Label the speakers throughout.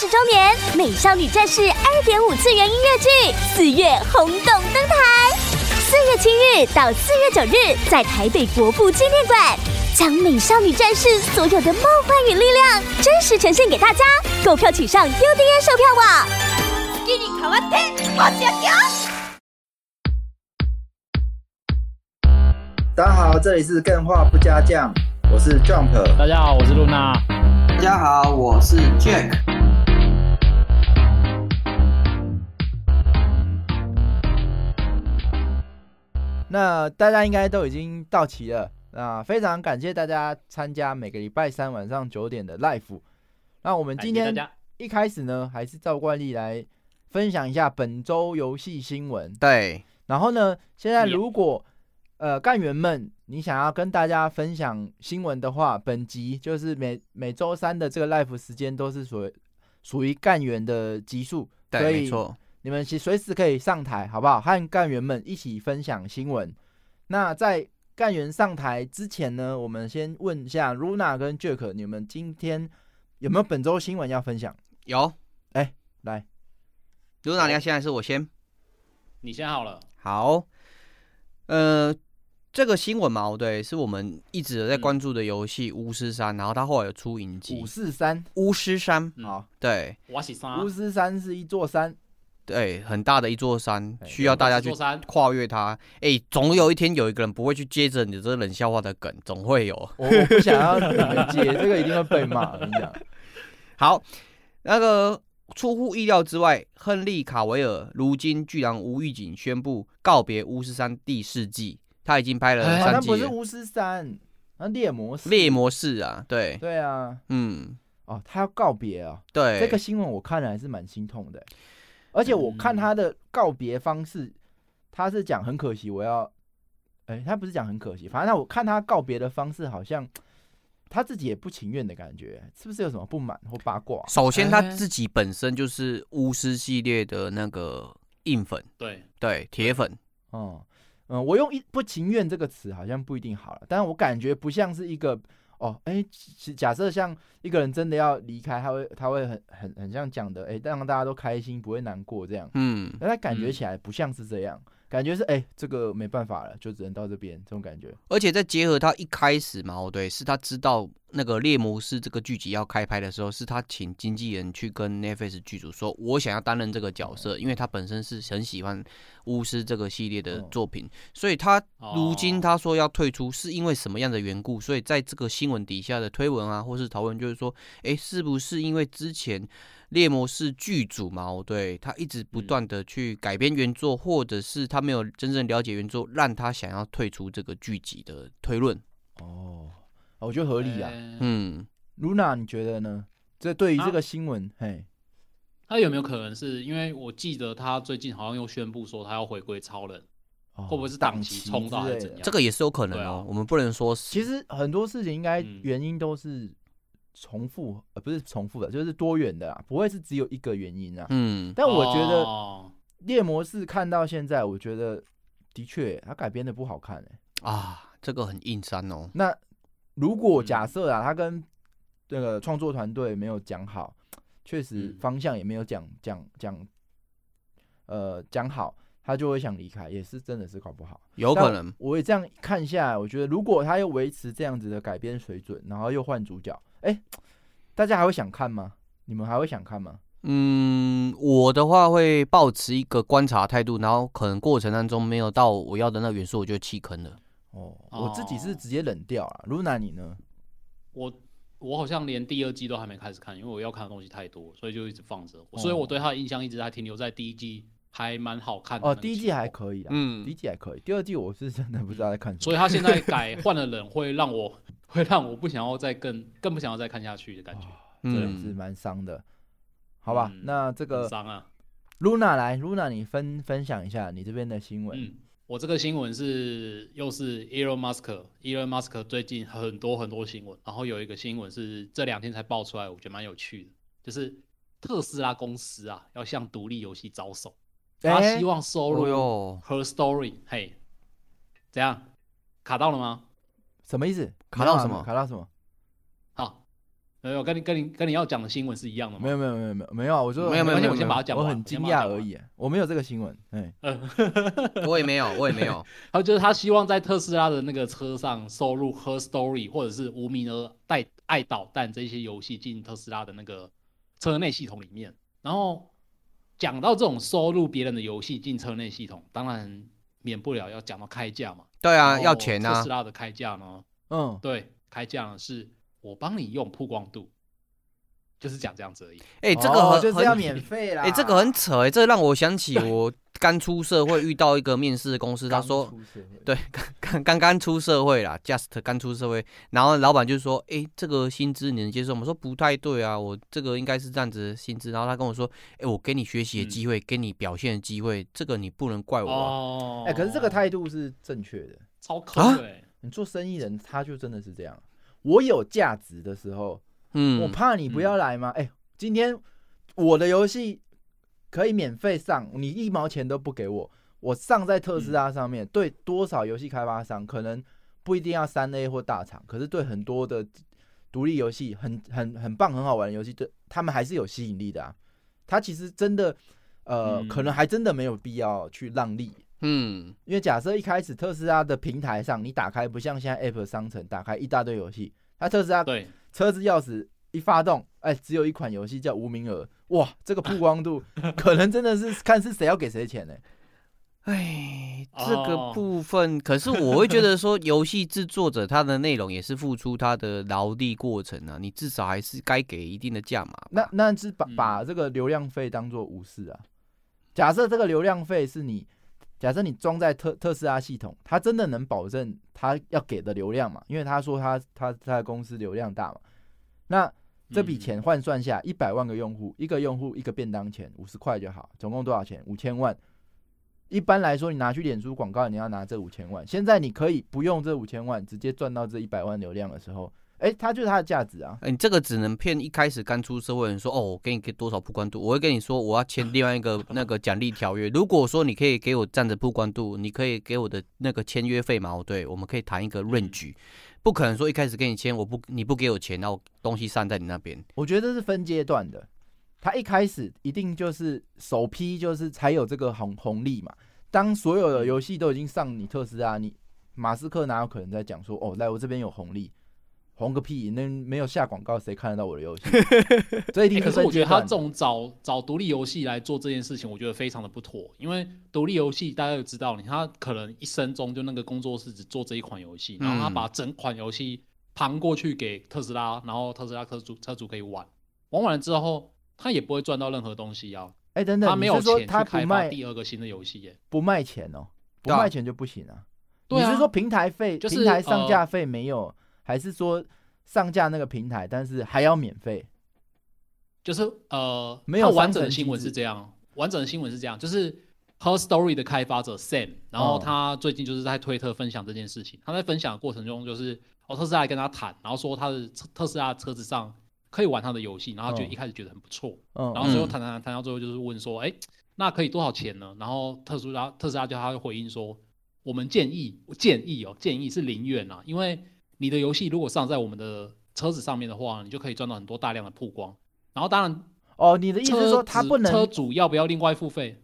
Speaker 1: 十周年《美少女战士》二点五次元音乐剧四月轰动登台，四月七日到四月九日在台北国父纪念馆，将《美少女战士》所有的梦幻与力量真实呈现给大家。购票请上 UDN 售票网。
Speaker 2: 大家好，这里是更画不加酱，我是 Jump。
Speaker 3: 大家好，我是露娜。
Speaker 4: 大家好，我是 Jack。
Speaker 2: 那大家应该都已经到齐了，那非常感谢大家参加每个礼拜三晚上九点的 Live。那我们今
Speaker 3: 感
Speaker 2: 天
Speaker 3: 谢大家
Speaker 2: 一开始呢，还是照惯例来分享一下本周游戏新闻。
Speaker 5: 对，
Speaker 2: 然后呢，现在
Speaker 3: Yeah
Speaker 2: 如果呃干员们你想要跟大家分享新闻的话，本集就是每每周三的这个 live 时间都是属于属于干员的集数，
Speaker 5: 对，
Speaker 2: 所以
Speaker 5: 没错，
Speaker 2: 你们其随时可以上台，好不好？和干员们一起分享新闻。那在干员上台之前呢，我们先问一下 Luna 跟 Jack，你们今天有没有本周新闻要分享？
Speaker 5: 有。
Speaker 2: 哎来，
Speaker 5: 露娜，你要先还是我先？
Speaker 3: 你先好了，
Speaker 5: 好，呃，这个新闻嘛，哦对，是我们一直有在
Speaker 3: 嗯
Speaker 5: 关注的游戏《巫师三》，然后它后来有出影集
Speaker 2: 五
Speaker 5: 《
Speaker 2: 四三，
Speaker 5: 巫师山》，
Speaker 3: 嗯
Speaker 2: 好，
Speaker 5: 对
Speaker 3: 我是三
Speaker 2: 五四三是一座山，
Speaker 5: 对，哎很大的一座山，
Speaker 2: 哎
Speaker 5: 需要大家
Speaker 3: 我
Speaker 5: 去
Speaker 3: 是座山
Speaker 5: 跨越它。哎、总有一天有一个人不会去接着你的这个冷笑话的梗，总会有。
Speaker 2: 我我不想要你们接，这个一定会被骂。我跟你讲，
Speaker 5: 好，那个出乎意料之外，亨利·卡维尔如今居然无预警宣布告别《巫师三》第四季，他已经拍了
Speaker 3: 哎
Speaker 2: 好
Speaker 5: 三
Speaker 2: 像
Speaker 5: 季
Speaker 2: 呃不是
Speaker 5: 了。
Speaker 2: 巫师三，那猎魔士。
Speaker 5: 猎魔士啊，对，
Speaker 2: 对啊，
Speaker 5: 嗯，
Speaker 2: 哦，他要告别啊、
Speaker 5: 对，
Speaker 2: 这个新闻我看了还是蛮心痛的，而且我看
Speaker 3: 嗯
Speaker 2: 他的告别方式，他是讲很可惜，我要，哎、他不是讲很可惜，反正他我看他告别的方式好像他自己也不情愿的感觉，是不是有什么不满或八卦？
Speaker 5: 首先他
Speaker 3: 哎
Speaker 5: 自己本身就是巫师系列的那个硬粉，
Speaker 3: 对，
Speaker 5: 对，铁粉，
Speaker 2: 嗯嗯，我用一不情愿这个词好像不一定好了，但我感觉不像是一个哦，哎、其其假设像一个人真的要离开，他会他会很很很像讲的，哎、让大家都开心，不会难过这样，
Speaker 5: 嗯，
Speaker 2: 但他感觉
Speaker 3: 嗯
Speaker 2: 起来不像是这样，感觉是哎、这个没办法了，就只能到这边这种感觉。
Speaker 5: 而且再结合他一开始嘛，哦对，是他知道那个猎魔士这个剧集要开拍的时候，是他请经纪人去跟 Netflix 剧组说，我想要担任这个角色，因为他本身是很喜欢巫师这个系列的
Speaker 2: 哦
Speaker 5: 作品，所以他
Speaker 3: 哦
Speaker 5: 如今他说要退出，是因为什么样的缘故？所以在这个新闻底下的推文啊，或是讨论，就是说，诶，是不是因为之前猎魔士剧组嘛，哦对他一直不
Speaker 3: 嗯
Speaker 5: 断的去改编原作，或者是他没有真正了解原作，让他想要退出这个剧集的推论。
Speaker 2: 哦，我觉得合理啊。
Speaker 3: 哎
Speaker 5: 嗯，
Speaker 2: Luna，你觉得呢？这对于
Speaker 3: 啊
Speaker 2: 这个新闻，嘿，
Speaker 3: 他有没有可能是因为我记得他最近好像又宣布说他要回归超人，
Speaker 2: 哦
Speaker 3: 会不会是
Speaker 2: 档
Speaker 3: 档期冲到
Speaker 2: 之
Speaker 3: 还
Speaker 2: 类
Speaker 3: 是怎
Speaker 2: 的
Speaker 3: 样？
Speaker 5: 这个也是有可能
Speaker 3: 对
Speaker 5: 哦
Speaker 3: 啊，
Speaker 5: 我们不能说是。
Speaker 2: 其实很多事情应该
Speaker 3: 嗯
Speaker 2: 原因都是重复，呃，不是重复的，就是多元的啊，不会是只有一个原因啊。
Speaker 5: 嗯，
Speaker 2: 但我觉得《
Speaker 3: 哦
Speaker 2: 猎魔士》看到现在，我觉得的确它改编的不好看、欸、
Speaker 5: 啊，这个很硬伤哦。
Speaker 2: 那如果
Speaker 3: 嗯
Speaker 2: 假设啊，他跟那个创作团队没有讲好，确实
Speaker 3: 嗯
Speaker 2: 方向也没有讲讲讲，呃，讲好，他就会想离开，也是真的是搞不好。
Speaker 5: 有可能
Speaker 2: 但。我也这样看下来，我觉得如果他又维持这样子的改编水准，然后又换主角，哎、大家还会想看吗？你们还会想看吗？
Speaker 5: 嗯，我的话会保持一个观察态度，然后可能过程当中没有到我要的那个元素，我就弃坑了。
Speaker 2: 哦，我自己是直接冷掉了。露娜，你呢？
Speaker 3: 我我好像连第二季都还没开始看，因为我要看的东西太多，所以就一直放着。
Speaker 2: 哦
Speaker 3: 所以我对他的印象一直在停留在第一季，还蛮好看的
Speaker 2: 哦，
Speaker 3: 那个
Speaker 2: 第一季
Speaker 3: 情况
Speaker 2: 还可以啦，第一
Speaker 5: 嗯，
Speaker 2: 季还可以，第二季我是真的不知道在看什么。
Speaker 3: 所以他现在改换了人，会让我会让我不想要再更更不想要再看下去的感觉，
Speaker 2: 真
Speaker 5: 嗯
Speaker 2: 的是蛮伤的。好吧，
Speaker 3: 嗯
Speaker 2: 哦那这
Speaker 3: 很
Speaker 2: 个
Speaker 3: 伤啊。
Speaker 2: Luna 来，Luna 你分分享一下你这边的新闻。
Speaker 3: 嗯，我这个新闻是又是 Elon Musk，Elon Musk 最近很多很多新闻，然后有一个新闻是这两天才爆出来，我觉得蛮有趣的，就是特斯拉公司啊要向独立游戏招手，他
Speaker 2: 哎
Speaker 3: 希望收
Speaker 5: 哦
Speaker 3: 入
Speaker 5: 哟，
Speaker 3: Her Story，嘿，怎样？卡到了吗？
Speaker 2: 什么意思？
Speaker 5: 卡到
Speaker 2: 没有啊
Speaker 5: 什么
Speaker 2: 卡到什么？
Speaker 3: 好，没有跟你跟你跟你要讲的新闻是一样的
Speaker 2: 没
Speaker 3: 吗？
Speaker 2: 有没有没有没有没有啊，我说
Speaker 5: 没有没有没有
Speaker 2: 我
Speaker 5: 我先
Speaker 3: 把它讲
Speaker 2: 我
Speaker 3: 完啊
Speaker 2: 很
Speaker 3: 我
Speaker 2: 惊
Speaker 3: 先把它
Speaker 2: 讶
Speaker 3: 讲
Speaker 2: 而
Speaker 3: 完
Speaker 2: 已，我没有这个新闻，哎，
Speaker 5: 我也没有，我也没有。
Speaker 3: 还有就是 他希望在特斯拉的那个车上收录《Her Story》或者是《无名而带爱导弹》这些游戏进特斯拉的那个车内系统里面。然后讲到这种收录别人的游戏进车内系统，当然免不了要讲到开价嘛。
Speaker 5: 对啊，
Speaker 3: 然
Speaker 5: 要
Speaker 3: 后
Speaker 5: 钱
Speaker 3: 特
Speaker 5: 啊
Speaker 3: 斯，拉的开价呢？
Speaker 2: 嗯，
Speaker 3: 对，开价呢是我帮你用曝光度，就是讲这样子而已。
Speaker 5: 哎，这
Speaker 2: 哦
Speaker 5: 个很
Speaker 2: 就是要
Speaker 5: 很
Speaker 2: 免费啦，
Speaker 5: 哎，这个很扯哎，这让我想起我刚出社会遇到一个面试的公司，他
Speaker 2: 刚
Speaker 5: 说
Speaker 2: 出社会，
Speaker 5: 对，刚刚刚刚出社会啦，just 刚出社会，然后老板就说，诶，这个薪资你能接受吗？我说不太对啊，我这个应该是这样子的薪资。然后他跟我说，诶，我给你学习
Speaker 3: 嗯
Speaker 5: 的机会，给你表现的机会，这个你不能怪我、啊。
Speaker 3: 哦，
Speaker 2: 哎，可是这个态度是正确的，啊
Speaker 3: 超坑的、欸，
Speaker 2: 你做生意人他就真的是这样，我有价值的时候，我
Speaker 5: 嗯，
Speaker 2: 怕你不要来吗？哎、今天我的游戏可以免费上，你一毛钱都不给我，我上在特斯拉上面，
Speaker 3: 嗯
Speaker 2: 对多少游戏开发商可能不一定要三 A 或大厂，可是对很多的独立游戏很很很棒很好玩的游戏，对他们还是有吸引力的啊。他其实真的，呃，
Speaker 3: 嗯
Speaker 2: 可能还真的没有必要去让利，
Speaker 5: 嗯，
Speaker 2: 因为假设一开始特斯拉的平台上你打开，不像现在 App 商城打开一大堆游戏，它特斯拉
Speaker 3: 对，
Speaker 2: 车子钥匙一发动，哎，只有一款游戏叫《无名额》，哇，这个曝光 度可能真的是看是谁要给谁钱呢、
Speaker 5: 哎，这个
Speaker 3: 哦
Speaker 5: 部分，可是我会觉得说，游戏制作者他的内容也是付出他的劳力过程啊，你至少还是该给一定的价码吧。
Speaker 2: 那那是把
Speaker 3: 嗯
Speaker 2: 把这个流量费当做无视啊。假设这个流量费是你，假设你装在特特斯拉系统，它真的能保证它要给的流量嘛？因为他说他他他的公司流量大嘛。那这笔
Speaker 3: 嗯
Speaker 2: 钱换算下，一百万个用户，一个用户一个便当钱，五十块就好，总共多少钱？五千万。一般来说，你拿去脸书广告，你要拿这五千万。现在你可以不用这五千万，直接赚到这一百万流量的时候，哎、它就是它的价值啊。
Speaker 5: 哎，你这个只能骗一开始刚出社会的人说哦，我给你给多少曝光度，我会跟你说我要签另外一个那个奖励条约。如果说你可以给我这样的曝光度，你可以给我的那个签约费嘛？哦，对，我们可以谈一个 range，不可能说一开始跟你签，我不你不给我钱，然后东西散在你那边。
Speaker 2: 我觉得这是分阶段的。他一开始一定就是首批，就是才有这个红红利嘛。当所有的游戏都已经上你特斯拉，你马斯克哪有可能在讲说哦，来我这边有红利，红个屁！那没有下广告，谁看得到我的游戏？ 这一定
Speaker 3: 欸可是
Speaker 2: 分
Speaker 3: 我
Speaker 2: 阶
Speaker 3: 觉得他
Speaker 2: 段
Speaker 3: 这
Speaker 2: 的。
Speaker 3: 种找找独立游戏来做这件事情，我觉得非常的不妥，因为独立游戏大家都知道，你他可能一生中就那个工作室只做这一款游戏，然后他
Speaker 5: 嗯
Speaker 3: 把整款游戏盘过去给特斯拉，然后特斯拉车主车主可以玩，玩完了之后他也不会赚到任何东西啊，
Speaker 2: 哎、等等，
Speaker 3: 他没有
Speaker 2: 你是说
Speaker 3: 钱
Speaker 2: 他
Speaker 3: 去
Speaker 2: 不
Speaker 3: 开发
Speaker 2: 卖
Speaker 3: 第二个新的游戏耶。
Speaker 2: 不卖钱哦，不
Speaker 5: 对啊
Speaker 2: 卖钱就不行啊。
Speaker 3: 对啊
Speaker 2: 你是说平台费、
Speaker 3: 就是呃
Speaker 2: 平台上架费没有，还是说上架那个平台，但是还要免费？
Speaker 3: 就是呃，
Speaker 2: 没有
Speaker 3: 它完
Speaker 2: 商
Speaker 3: 整
Speaker 2: 城
Speaker 3: 的新
Speaker 2: 机
Speaker 3: 闻是
Speaker 2: 制
Speaker 3: 这样，完整的新闻是这样，就是 Her Story 的开发者 Sam，然
Speaker 2: 哦
Speaker 3: 后他最近就是在推特分享这件事情。他在分享的过程中，就是哦，特斯拉还跟他谈，然后说他的车特斯拉的车子上可以玩他的游戏，然后他觉
Speaker 2: 哦
Speaker 3: 得一开始觉得很不错，
Speaker 2: 嗯，
Speaker 3: 然后最后
Speaker 5: 嗯
Speaker 3: 谈谈谈谈到最后就是问说，哎，那可以多少钱呢？然后特斯拉特斯拉就他就回应说，我们建议建议哦，建议是零元啊，因为你的游戏如果上在我们的车子上面的话，你就可以赚到很多大量的曝光。然后当然，
Speaker 2: 哦，你的意思
Speaker 3: 车
Speaker 2: 是说他
Speaker 3: 子
Speaker 2: 不能
Speaker 3: 车主要不要另外付费？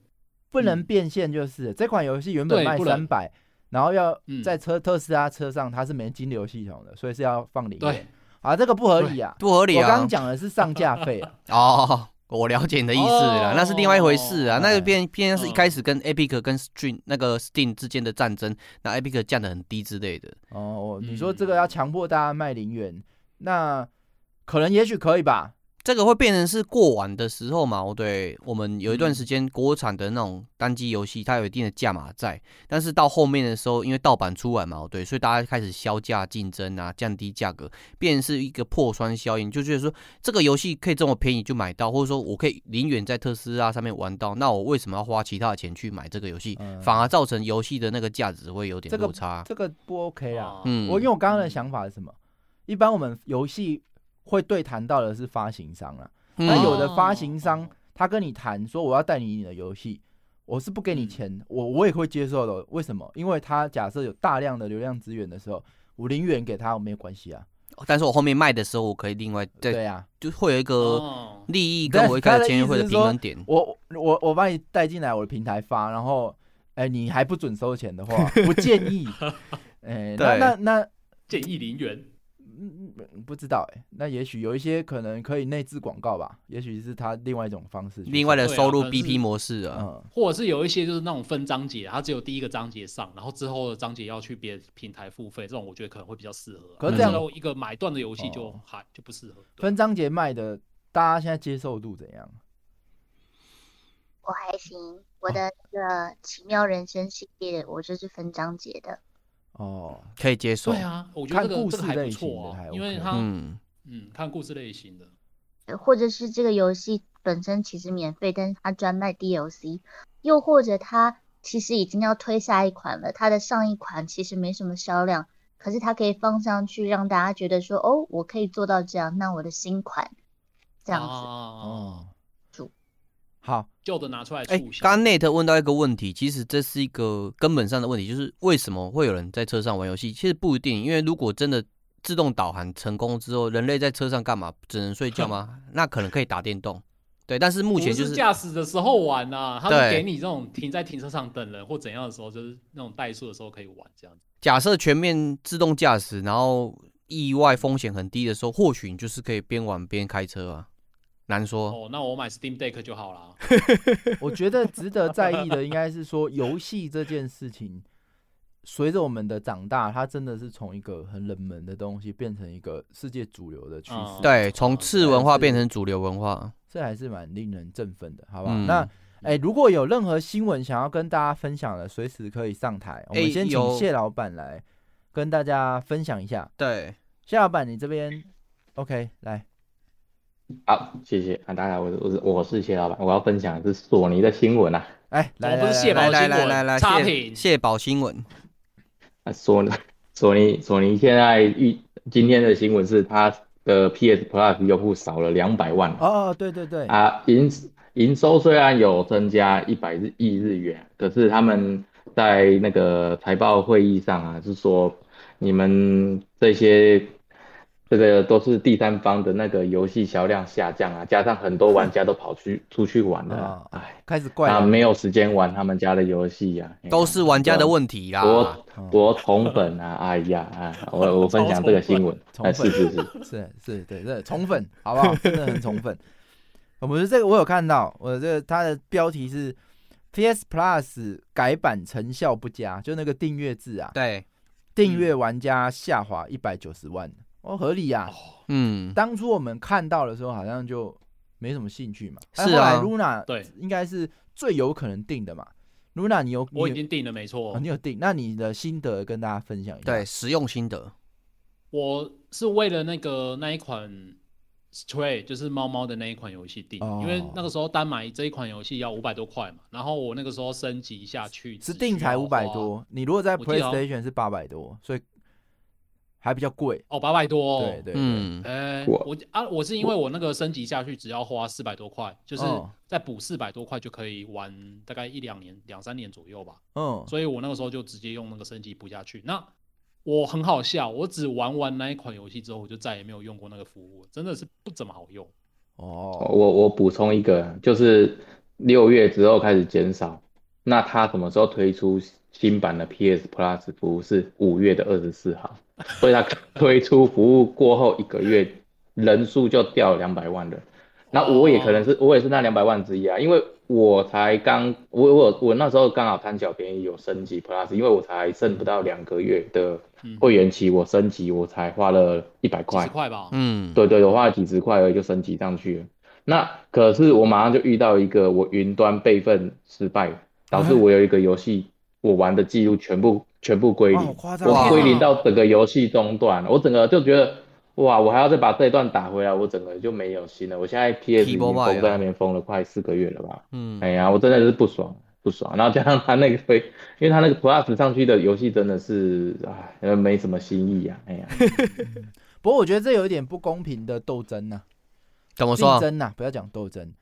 Speaker 2: 不能变现，就是、这款游戏原本
Speaker 3: 嗯对
Speaker 2: 卖
Speaker 3: 不
Speaker 2: 三
Speaker 3: 能
Speaker 2: 百，然后要
Speaker 3: 嗯
Speaker 2: 在车、特斯拉车上它是没金流系统的，所以是要放零元
Speaker 3: 对，
Speaker 2: 啊，这个不合理啊。
Speaker 5: 不合理
Speaker 2: 我刚
Speaker 5: 啊
Speaker 2: 刚！讲的是上架费 啊，
Speaker 5: 哦，我了解你的意思了，
Speaker 3: 哦
Speaker 5: 那是另外一回事啊。那
Speaker 2: 哎
Speaker 5: 个变变成是一
Speaker 3: 嗯
Speaker 5: 开始跟 Epic 跟 Steam 那个 Steam 之间的战争，那 Epic 降的很低之类的。
Speaker 2: 哦，
Speaker 3: 嗯
Speaker 2: 你说这个要强迫大家卖零元，那可能也许可以吧，
Speaker 5: 这个会变成是过完的时候嘛？哦，对，我们有一段
Speaker 3: 嗯
Speaker 5: 时间国产的那种单机游戏，它有一定的价码在，但是到后面的时候，因为盗版出来嘛，哦，对，所以大家开始削价竞争啊，降低价格，变成是一个破窗效应，就觉得说这个游戏可以这么便宜就买到，或者说我可以零元在特斯拉上面玩到，那我为什么要花其他的钱去买这个游戏？
Speaker 2: 嗯
Speaker 5: 反而造成游戏的那个价值会有点
Speaker 2: 这个
Speaker 5: 落差。
Speaker 2: 这个不 OK 啊。
Speaker 3: 啊
Speaker 5: 嗯，
Speaker 2: 我因为我刚刚的
Speaker 3: 嗯
Speaker 2: 想法是什么？一般我们游戏会对谈到的是发行商啊，
Speaker 5: 嗯
Speaker 2: 那
Speaker 3: 还
Speaker 2: 有
Speaker 5: 哦
Speaker 2: 的发行商
Speaker 3: 哦
Speaker 2: 他跟你谈说我要代理你的游戏，我是不给你
Speaker 3: 嗯
Speaker 2: 钱，我我也会接受的。为什么？因为他假设有大量的流量资源的时候，我零元给他我没有关系啊。
Speaker 5: 哦但是我后面卖的时候，我可以另外再
Speaker 2: 对啊，
Speaker 5: 就会有一个
Speaker 3: 哦，
Speaker 5: 呃利益
Speaker 2: 但
Speaker 5: 跟我一开
Speaker 2: 他的
Speaker 5: 始签
Speaker 2: 意
Speaker 5: 约
Speaker 2: 思
Speaker 5: 会的
Speaker 2: 是
Speaker 5: 平
Speaker 2: 说
Speaker 5: 衡点。
Speaker 2: 我我我把你带进来我的平台发，然后哎、你还不准收钱的 话，不建议。哎、那
Speaker 5: 对
Speaker 2: 那那
Speaker 3: 建议零元，
Speaker 2: 嗯嗯不知道哎、那也许有一些可能可以内置广告吧，也许是他另外一种方式去做。
Speaker 5: 另外的
Speaker 3: 对啊
Speaker 5: 收入
Speaker 3: 可能是
Speaker 5: BP 模式啊，
Speaker 2: 嗯，
Speaker 3: 或者是有一些就是那种分章节，它只有第一个章节上，然后之后的章节要去别的平台付费，这种我觉得可能会比较适合啊。
Speaker 2: 可是
Speaker 5: 这样
Speaker 3: 然后一个买断的游戏就
Speaker 2: 哦
Speaker 3: 还就不适合。对
Speaker 2: 分章节卖的，大家现在接受度怎样？
Speaker 6: 我还行，我的那个奇妙人生系列，我就是分章节的。
Speaker 2: 哦，
Speaker 5: 可以接受。
Speaker 3: 对啊，我觉得
Speaker 2: 看
Speaker 3: 这个
Speaker 2: 故
Speaker 3: 这
Speaker 2: 事
Speaker 3: 个还
Speaker 2: 类
Speaker 3: 不
Speaker 2: 型的
Speaker 3: 错啊
Speaker 2: 还，
Speaker 3: 因为
Speaker 2: OK
Speaker 3: 它
Speaker 5: 嗯，
Speaker 3: 嗯看故事类型的，
Speaker 6: 呃或者是这个游戏本身其实免费，但是它专卖 DLC，又或者它其实已经要推下一款了，它的上一款其实没什么销量，可是它可以放上去让大家觉得说，哦，我可以做到这样，那我的新款这样子，
Speaker 3: 啊，
Speaker 2: 哦
Speaker 6: 住，
Speaker 2: 好，
Speaker 3: 旧的拿出来
Speaker 5: 哎
Speaker 3: 促，销。
Speaker 5: 刚刚 Nate 问到一个问题，其实这是一个根本上的问题，就是为什么会有人在车上玩游戏？其实不一定，因为如果真的自动导航成功之后，人类在车上干嘛？只能睡觉 吗？那可能可以打电动。对，但是目前
Speaker 3: 不
Speaker 5: 就是是
Speaker 3: 驾驶的时候玩啊，他是
Speaker 5: 对
Speaker 3: 给你这种停在停车场等人或怎样的时候，就是那种怠速的时候可以玩这样子。
Speaker 5: 假设全面自动驾驶，然后意外风险很低的时候，或许你就是可以边玩边开车啊，难说。
Speaker 3: 哦，那我买 Steam Deck 就好啦。
Speaker 2: 我觉得值得在意的应该是说，游戏这件事情，随着我们的长大，它真的是从一个很冷门的东西变成一个世界主流的趋势，
Speaker 3: 嗯
Speaker 5: 对，从次文化
Speaker 2: 对
Speaker 5: 变成主流文化，
Speaker 2: 这还是蛮令人振奋的，好不好？
Speaker 5: 嗯
Speaker 2: 那哎、如果有任何新闻想要跟大家分享的，随时可以上台。我们
Speaker 5: 哎
Speaker 2: 先请
Speaker 5: 有
Speaker 2: 谢老板来跟大家分享一下。
Speaker 5: 对，
Speaker 2: 谢老板，你这边 OK 来？
Speaker 7: 好，谢谢啊，大家好，我是我是我是谢老板，我要分享的是索尼的新闻啊，
Speaker 2: 哎，来
Speaker 3: 我哦不
Speaker 2: 来
Speaker 3: 是谢
Speaker 2: 来
Speaker 3: 宝
Speaker 2: 来，
Speaker 5: 来来
Speaker 3: 新
Speaker 5: 来
Speaker 3: 闻
Speaker 5: 来来，
Speaker 3: 差
Speaker 5: 谢
Speaker 3: 评
Speaker 5: 谢宝新闻，
Speaker 7: 啊索尼索尼索尼现在预今天的新闻是它的 PS Plus 用户少了两百万
Speaker 2: 哦哦，对对对，
Speaker 7: 啊，营营收虽然有增加一百亿日元，可是他们在那个财报会议上啊，是说你们这些这个都是第三方的那个游戏销量下降啊，加上很多玩家都跑去出去玩了啊，
Speaker 2: 哦
Speaker 7: 哎。
Speaker 2: 开始怪
Speaker 7: 啊，
Speaker 2: 了
Speaker 7: 没有时间玩他们家的游戏呀，哎呀
Speaker 5: 都是玩家的问题啦。
Speaker 7: 多
Speaker 2: 嗯
Speaker 7: 多宠粉啊！哎呀，啊，我我分享这个新闻，
Speaker 2: 哦宠
Speaker 7: 哎，
Speaker 2: 粉
Speaker 7: 是是是，
Speaker 2: 是是，对，这宠粉好不好？真的很宠粉。我们这个我有看到，我这个它的标题是 PS Plus 改版成效不佳，就那个订阅制啊，
Speaker 5: 对，嗯
Speaker 2: 订阅玩家下滑一百九十万，哦，合理呀、啊。
Speaker 3: 哦，
Speaker 5: 嗯，
Speaker 2: 当初我们看到的时候，好像就没什么兴趣嘛。但
Speaker 5: 是
Speaker 2: 后来
Speaker 5: 啊
Speaker 2: Luna
Speaker 3: 对
Speaker 2: 应该是最有可能订的嘛。Luna，你有你
Speaker 3: 我已
Speaker 2: 有
Speaker 3: 经定了，没错
Speaker 2: 哦，。你有订，那你的心得跟大家分享一下。
Speaker 5: 对，，实用心得，
Speaker 3: 我是为了那个那一款 Stray，就是猫猫的那一款游戏定，
Speaker 2: 哦
Speaker 3: 因为那个时候单买这一款游戏要五百多块嘛，然后我那个时候升级下去
Speaker 2: 是定才五百，多，你如果在
Speaker 3: 我哦记得好哦像
Speaker 2: PlayStation 是八百多，所以还比较贵。
Speaker 3: 哦，八百多、哦，
Speaker 2: 对对，对，
Speaker 5: 嗯，
Speaker 3: 呃，
Speaker 7: 我
Speaker 3: 我啊，我是因为我那个升级下去只要花四百多块，就是
Speaker 2: 哦
Speaker 3: 再补四百多块就可以玩大概一两年、两三年左右吧，
Speaker 2: 嗯，
Speaker 3: 所以我那个时候就直接用那个升级补下去。那我很好笑，我只玩完那一款游戏之后，我就再也没有用过那个服务，真的是不怎么好用。
Speaker 2: 哦，
Speaker 7: 我我补充一个，就是六月之后开始减少，那他什么时候推出新版的 PS Plus 服务是五月的二十四号，所以他 推出服务过后一个月，人数就掉两百万了。那我也可能是，我也是那两百万之一啊，因为我才刚，我我我那时候刚好贪小便宜有升级 Plus，因为我才剩不到两个月的
Speaker 3: 嗯
Speaker 7: 会员期，我升级我才花了一百
Speaker 3: 几
Speaker 7: 块
Speaker 3: 十，块吧，
Speaker 5: 嗯，
Speaker 7: 对对，我花了几十块而已就升级上去了。那可是我马上就遇到一个我云端备份失败，导
Speaker 5: 哎
Speaker 7: 致我有一个游戏我玩的记录全部全部归
Speaker 2: 哇
Speaker 7: 零
Speaker 2: 好，夸张
Speaker 7: 我
Speaker 5: 哇
Speaker 7: 归零到整个游戏中断，我整个就觉得哇，我还要再把这一段打回来，我整个就没有心了。我现在 PS 已
Speaker 5: Keyboard
Speaker 7: 经封
Speaker 5: Mobile
Speaker 7: 在那边封了快四个月了吧？
Speaker 5: 嗯，
Speaker 7: 哎呀，我真的是不爽不爽，然后加上他那个推，因为他那个 Plus 上去的游戏真的是哎没什么新意啊，哎呀。
Speaker 2: 不过我觉得这有一点不公平的斗争呐、
Speaker 5: 怎么
Speaker 2: 竞
Speaker 5: 说啊？
Speaker 2: 争呐、不要讲斗争，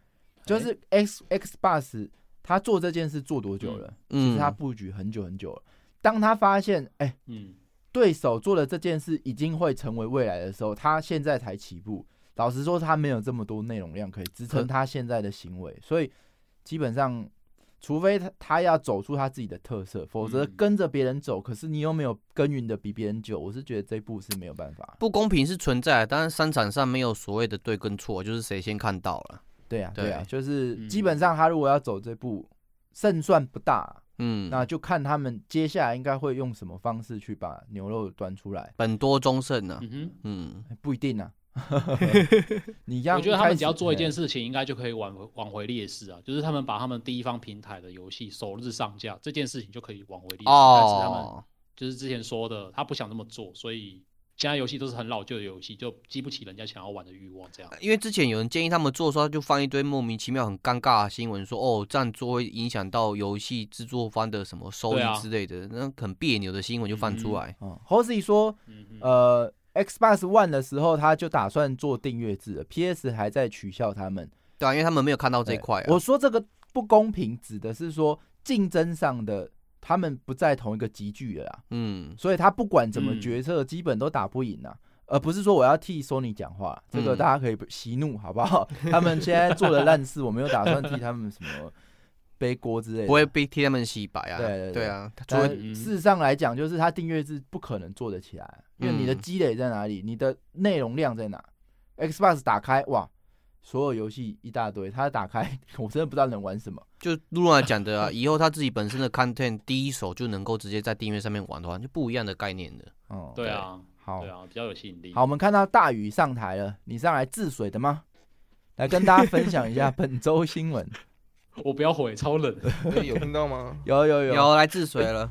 Speaker 2: 就是 X Xbox 他做这件事做多久了？其实
Speaker 5: 嗯
Speaker 2: 他布局很久很久了。当他发现，哎、
Speaker 3: 嗯，
Speaker 2: 对手做的这件事已经会成为未来的时候，他现在才起步。老实说，他没有这么多内容量可以支撑
Speaker 5: 可
Speaker 2: 他现在的行为，所以基本上，除非他他要走出他自己的特色，否则
Speaker 3: 嗯
Speaker 2: 跟着别人走，可是你又没有耕耘的比别人久，我是觉得这一步是没有办法。
Speaker 5: 不公平是存在的，但是商场上没有所谓的对跟错，就是谁先看到了。
Speaker 2: 对啊，
Speaker 5: 对
Speaker 2: 对啊，就是
Speaker 3: 嗯
Speaker 2: 基本上他如果要走这步，胜算不大，
Speaker 5: 嗯，
Speaker 2: 那就看他们接下来应该会用什么方式去把牛肉端出来，
Speaker 5: 本多终胜呢、
Speaker 3: 嗯哼，
Speaker 5: 嗯，
Speaker 2: 不一定 啊。你让
Speaker 3: 我觉得他们只要做一
Speaker 2: 事。
Speaker 3: 件
Speaker 2: 嘿
Speaker 3: 事情，应该就可以挽回挽回劣势啊，就是他们把他们第一方平台的游戏首日上架这件事情就可以挽回劣势，但是他们
Speaker 5: 哦，
Speaker 3: 就是之前说的，他不想这么做，所以现在游戏都是很老旧的游戏，就激不起人家想要玩的欲望，这样。
Speaker 5: 因为之前有人建议他们做的时候，就放一堆莫名其妙、很尴尬的新闻，说哦这样做会影响到游戏制作方的什么收
Speaker 3: 对
Speaker 5: 益
Speaker 3: 啊
Speaker 5: 之类的，那很别扭的新闻就放出来。
Speaker 2: 嗯 h o s e 说，
Speaker 3: 嗯哼，
Speaker 2: 呃，Xbox One 的时候，他就打算做订阅制了，PS 还在取笑他们
Speaker 5: 对啊，因为他们没有看到这一
Speaker 2: 对
Speaker 5: 块、啊。
Speaker 2: 我说这个不公平，指的是说竞争上的他们不在同一个集聚了啦，
Speaker 5: 嗯，
Speaker 2: 所以他不管怎么
Speaker 3: 嗯
Speaker 2: 决策，基本都打不赢啊。而不是说我要替 Sony 讲话，这个
Speaker 5: 嗯
Speaker 2: 大家可以不息怒，好不好？ 他们现在做的烂事，我没有打算替他们什么背锅之类的。
Speaker 5: 不会被替他们洗白啊。
Speaker 2: 对对对
Speaker 5: 啊，他除
Speaker 2: 但
Speaker 5: 了
Speaker 3: 嗯
Speaker 2: 事实上来讲，就是它订阅制不可能做得起来，啊因为你的
Speaker 5: 嗯
Speaker 2: 积累在哪里，你的内容量在哪。Xbox 打开哇，所有游戏一大堆，它打开 我真的不知道能玩什么。
Speaker 5: 就露娜讲的啊，以后他自己本身的 content 第一手就能够直接在订阅上面玩的话，就不一样的概念的。
Speaker 2: 哦，
Speaker 3: 对，啊，
Speaker 2: 好
Speaker 3: 对，啊，比较有吸引力。
Speaker 2: 好，我们看到大宇上台了，你上来治水的吗？来跟大家分享一下 本周新闻。
Speaker 3: 我不要回，超冷。
Speaker 8: 哎有听到吗？
Speaker 2: 有有有，
Speaker 5: 有来治水了，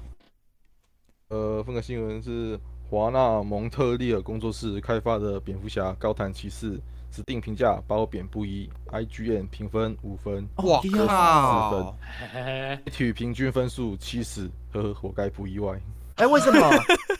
Speaker 8: 呃，分个新闻是华纳蒙特利尔工作室开发的蝙蝠侠高谈骑士，指定评价褒贬不一，IGN 评分五分，
Speaker 5: 哦哇
Speaker 2: 第二
Speaker 8: 十
Speaker 5: 靠！
Speaker 3: 嘿嘿嘿
Speaker 8: 体平均分数七十，呵呵，活该不意外。
Speaker 2: 哎，为什么？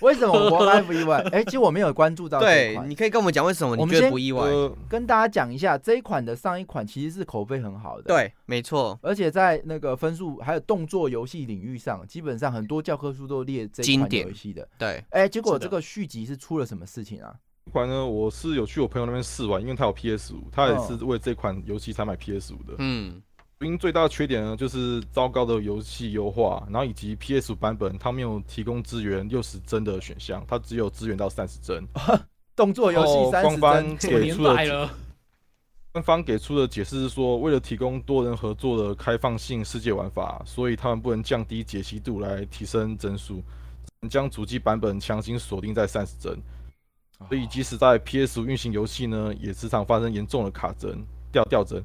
Speaker 2: 为什么我来不意外？哎，其实我没有关注到这一
Speaker 5: 对，
Speaker 2: 款
Speaker 5: 你可以跟我们讲为什么
Speaker 2: 我
Speaker 5: 你
Speaker 2: 们
Speaker 5: 觉得
Speaker 2: 先
Speaker 5: 不意外？
Speaker 8: 呃，
Speaker 2: 跟大家讲一下，这一款的上一款其实是口碑很好的。
Speaker 5: 对，没错，
Speaker 2: 而且在那个分数还有动作游戏领域上，基本上很多教科书都列这一
Speaker 5: 经
Speaker 2: 款
Speaker 5: 典
Speaker 2: 游戏的。
Speaker 5: 对，
Speaker 2: 哎、结果
Speaker 3: 是的
Speaker 2: 这个续集是出了什么事情啊？
Speaker 8: 这款呢，我是有去我朋友那边试玩，因为他有 PS 五，他也
Speaker 2: 嗯
Speaker 8: 是为这款游戏才买 PS 五的。
Speaker 5: 嗯，
Speaker 8: 因最大的缺点呢，就是糟糕的游戏优化，然后以及 PS 版本它没有提供支援六十帧的选项，它只有支援到三十帧。
Speaker 2: 动作游戏
Speaker 8: 哦
Speaker 2: 三十
Speaker 8: 官方
Speaker 2: 帧，
Speaker 3: 这么
Speaker 8: 给
Speaker 3: 年
Speaker 8: 出的
Speaker 3: 代
Speaker 8: 解
Speaker 3: 了，
Speaker 8: 官方给出的解释是说，为了提供多人合作的开放性世界玩法，所以他们不能降低解析度来提升帧数，将主机版本强行锁定在三十帧。所以即使在 PS 运行游戏呢，也时常发生严重的卡帧、掉掉帧，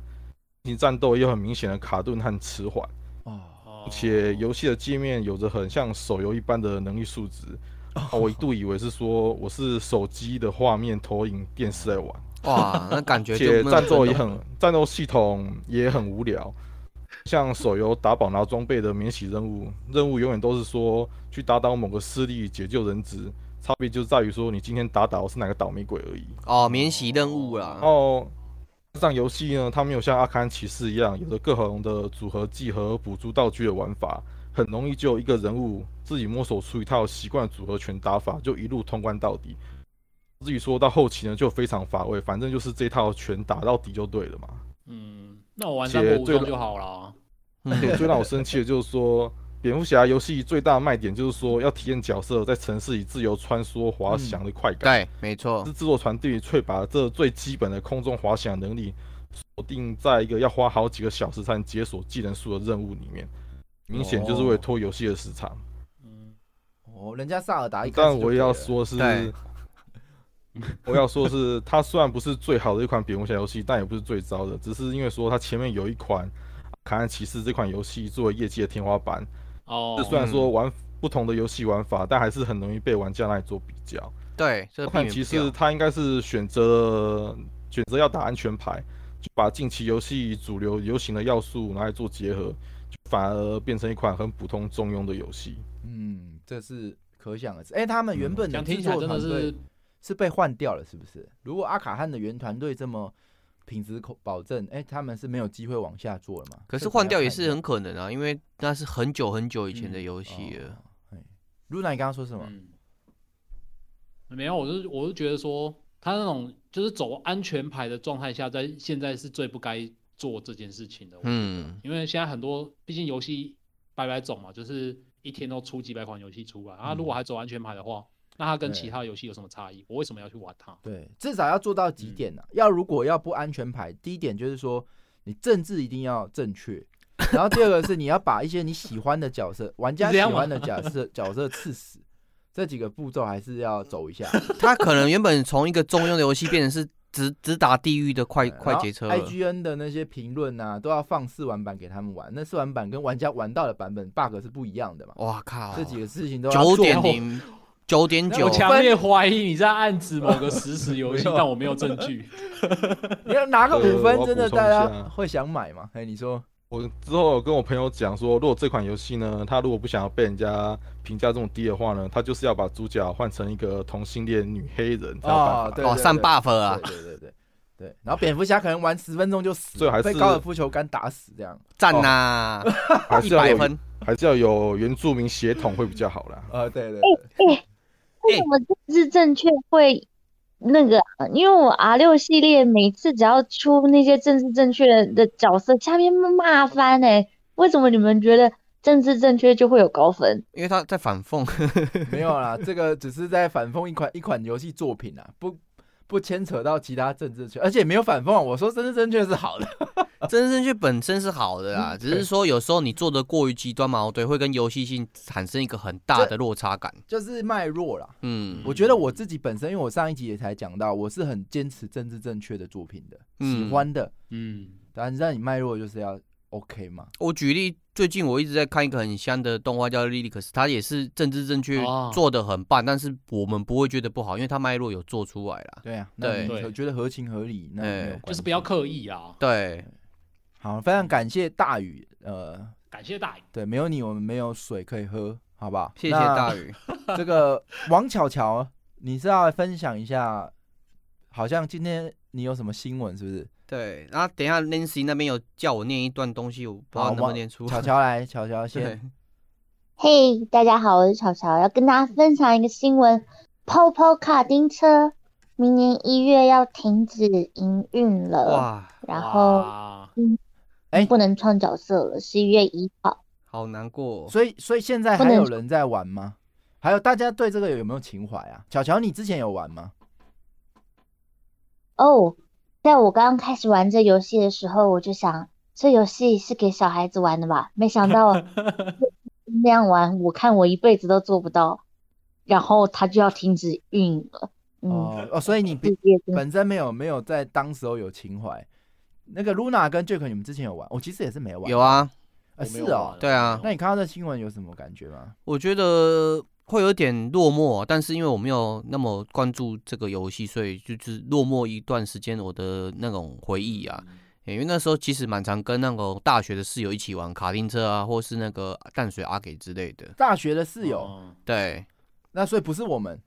Speaker 8: 进行战斗也有很明显的卡顿和迟缓。
Speaker 2: 哦，
Speaker 3: 哦
Speaker 8: 而且游戏的界面有着很像手游一般的能力数 值。啊我一度以为是说我是手机的画面投影电视在玩，
Speaker 5: 哇，那感
Speaker 8: 而
Speaker 5: 觉
Speaker 8: 且
Speaker 5: 就
Speaker 8: 战斗也很战斗系统也很无聊，像手游打宝拿装备的免洗任务，任务永远都是说去打倒某个势力解救人质，差别就在于说你今天打倒是哪个倒霉鬼而已。
Speaker 5: 哦，免洗任务啦
Speaker 8: 然。后这场游戏呢，它没有像阿坎骑士一样有着各种的组合技和辅助道具的玩法，很容易就一个人物自己摸索出一套习惯的组合拳打法，就一路通关到底。至于说到后期呢，就非常乏味，反正就是这套拳打到底就对了嘛。
Speaker 3: 嗯，那我玩三国无双就好了。
Speaker 8: 而且嗯最让我生气的就是说，蝙蝠侠游戏最大的卖点就是说要体验角色在城市里自由穿梭滑翔的快
Speaker 5: 嗯
Speaker 8: 感。
Speaker 5: 对，没错
Speaker 8: 是，制作团队却把这最基本的空中滑翔能力锁定在一个要花好几个小时才能解锁技能树的任务里面，明显就是
Speaker 5: 哦
Speaker 8: 为了拖游戏的时长。
Speaker 3: 嗯，
Speaker 2: 哦，人家萨尔达一开始
Speaker 8: 但
Speaker 2: 就
Speaker 8: 我也要
Speaker 2: 给了，
Speaker 8: 说是
Speaker 5: 对，
Speaker 8: 我要说是，它虽然不是最好的一款蝙蝠侠游戏，但也不是最糟的，只是因为说它前面有一款《卡恩骑士》这款游戏作为业界的天花板，
Speaker 3: 哦
Speaker 8: 这，虽然
Speaker 5: 嗯
Speaker 8: 说玩不同的游戏玩法，但还是很容易被玩家那里做比较。
Speaker 5: 对，这个避
Speaker 8: 看
Speaker 5: 免
Speaker 8: 骑
Speaker 5: 不
Speaker 8: 士
Speaker 5: 掉。
Speaker 8: 他应该是选择了选择要打安全牌，就把近期游戏主流流行的要素拿来做结合，就反而变成一款很普通中庸的游戏。
Speaker 2: 嗯，这是可想而知。哎、他们原本
Speaker 8: 嗯
Speaker 3: 讲
Speaker 2: 的
Speaker 3: 听
Speaker 2: 制
Speaker 3: 起来
Speaker 2: 作
Speaker 3: 真的
Speaker 2: 团
Speaker 3: 是
Speaker 2: 队是被换掉了，是不是？如果阿卡汉的原团队这么品质口保证，哎、他们是没有机会往下做了嘛？
Speaker 5: 可是
Speaker 2: 这个要
Speaker 5: 换掉也
Speaker 2: 看一
Speaker 5: 是
Speaker 2: 下
Speaker 5: 很可能啊，因为那是很久很久以前的
Speaker 3: 嗯
Speaker 5: 游戏
Speaker 2: 哦
Speaker 5: 了。
Speaker 2: 哎露娜，你刚刚说什么？
Speaker 3: 嗯，没有，我是我是觉得说，他那种就是走安全牌的状态下，在现在是最不该做这件事情的。我觉得
Speaker 5: 嗯，
Speaker 3: 因为现在很多，毕竟游戏百百种嘛，就是一天都出几百款游戏出来。啊，如果还走安全牌的话，那它跟
Speaker 2: 对
Speaker 3: 其他游戏有什么差异？我为什么要去玩它？
Speaker 2: 对，至少要做到几点
Speaker 5: 嗯
Speaker 2: 呢、要如果要不安全牌，第一点就是说你政治一定要正确，然后第二个是你要把一些你喜欢的角色、玩家
Speaker 3: 这
Speaker 2: 喜
Speaker 3: 样吗
Speaker 2: 欢的角色角色刺死，这几个步骤还是要走一下。
Speaker 5: 他可能原本从一个中庸的游戏变成是直直达地狱的快 快捷车了。
Speaker 2: IGN 的那些评论啊，都要放试玩版给他们玩，那试玩版跟玩家玩到的版本 bug 是不一样的嘛。
Speaker 5: 哇靠！
Speaker 2: 这几个事情都要
Speaker 5: 九
Speaker 2: 做
Speaker 5: 点
Speaker 2: 好
Speaker 5: 零，九点
Speaker 3: 我
Speaker 5: 九，
Speaker 3: 强烈怀疑你在暗指某个实时 游戏，但我没有证据。
Speaker 2: 你要拿个五分，
Speaker 8: 呃
Speaker 2: 真的
Speaker 8: 我要补充一
Speaker 2: 大家
Speaker 8: 下
Speaker 2: 会想买吗？哎，你说
Speaker 8: 我之后有跟我朋友讲说，如果这款游戏呢，他如果不想要被人家评价这么低的话呢，他就是要把主角换成一个同性恋女黑人才有办法。
Speaker 2: 哦，对，
Speaker 5: 哦，
Speaker 2: 对
Speaker 5: 上
Speaker 2: 对
Speaker 5: buff 啊
Speaker 2: 对，对对对对。然后蝙蝠侠可能玩十分钟就死
Speaker 8: 所以
Speaker 2: 了，
Speaker 8: 还
Speaker 2: 被
Speaker 8: 是哦
Speaker 2: 高尔夫球杆打死这样。
Speaker 5: 赞呐，
Speaker 8: 还
Speaker 5: 一
Speaker 8: 是要
Speaker 5: 百
Speaker 8: 有
Speaker 5: 分。
Speaker 8: 还是要有原住民血统会比较好啦。
Speaker 2: 呃，对对
Speaker 6: 哎
Speaker 2: 对，
Speaker 6: 为什么政治正确会那个啊？因为我 R 六系列每次只要出那些政治正确的角色，下面骂翻哎、为什么你们觉得政治正确就会有高分？
Speaker 5: 因为他在反讽，
Speaker 2: 没有啦，这个只是在反讽一款一款游戏作品啊，不不牵扯到其他政治圈，而且没有反讽啊。我说政治正确是好的，
Speaker 5: 真正去本身是好的啦，只是说有时候你做的过于极端矛盾，会跟游戏性产生一个很大的落差感。
Speaker 2: 就是脉络啦。
Speaker 5: 嗯
Speaker 2: 我觉得我自己本身，因为我上一集也才讲到，我是很坚持政治正确的作品的，
Speaker 5: 嗯
Speaker 2: 喜欢的。
Speaker 3: 嗯，
Speaker 2: 但是让你脉络就是要 OK 嘛，
Speaker 5: 我举例，最近我一直在看一个很香的动画叫《莉莉克斯》，它也是政治正确
Speaker 3: 哦
Speaker 5: 做的很棒，但是我们不会觉得不好，因为它脉络有做出来啦。
Speaker 2: 对啊，那
Speaker 5: 对
Speaker 2: 你我觉得合情合理，那
Speaker 5: 哎
Speaker 2: 没有关
Speaker 3: 就是
Speaker 2: 系
Speaker 3: 不要刻意啊。
Speaker 5: 对，
Speaker 2: 好，非常感谢大宇，呃，
Speaker 3: 感谢大爷，
Speaker 2: 对，没有你我们没有水可以喝，好不好？
Speaker 5: 谢谢大宇。
Speaker 2: 那 这个王巧巧，你是要分享一下，好像今天你有什么新闻是不是？
Speaker 5: 对，然后等一下 Nancy 那边有叫我念一段东西，我不知道
Speaker 2: 好
Speaker 5: 能不能念出。
Speaker 2: 巧巧来，巧巧
Speaker 5: 对
Speaker 2: 先，，
Speaker 6: 嘿大家好，我是巧巧，要跟大家分享一个新闻：泡泡卡丁车明年一月要停止营运了，
Speaker 5: 哇，
Speaker 6: 然后嗯
Speaker 3: 哇，
Speaker 2: 哎
Speaker 6: 不能创角色了，十一月一号。
Speaker 5: 好难过。哦
Speaker 2: 所以所以现在
Speaker 6: 不
Speaker 2: 还
Speaker 6: 能
Speaker 2: 有人在玩吗？还有大家对这个有没有情怀啊？巧巧，你之前有玩吗？
Speaker 6: 哦，在我刚开始玩这游戏的时候，我就想这游戏是给小孩子玩的吧？没想到那样玩，我看我一辈子都做不到。然后它就要停止运营了，嗯，
Speaker 2: 哦哦，所以你
Speaker 6: 世
Speaker 2: 比
Speaker 6: 界真
Speaker 2: 本身没有没有在当时候有情怀。那个 Luna 跟 Jack，你们之前有玩？我、其实也是没玩。
Speaker 5: 有，啊，
Speaker 2: 呃、
Speaker 3: 我
Speaker 2: 是
Speaker 3: 没有玩
Speaker 2: 哦
Speaker 3: 啊。
Speaker 5: 对啊
Speaker 2: 那你看到这新闻有什么感觉吗？
Speaker 5: 我觉得会有点落寞，但是因为我没有那么关注这个游戏，所以就是落寞一段时间我的那种回忆啊。
Speaker 3: 嗯
Speaker 5: 因为那时候其实蛮常跟那种大学的室友一起玩卡丁车啊，或是那个淡水阿给之类的。
Speaker 2: 大学的室友，
Speaker 3: 哦，
Speaker 5: 对，
Speaker 2: 那所以不是我们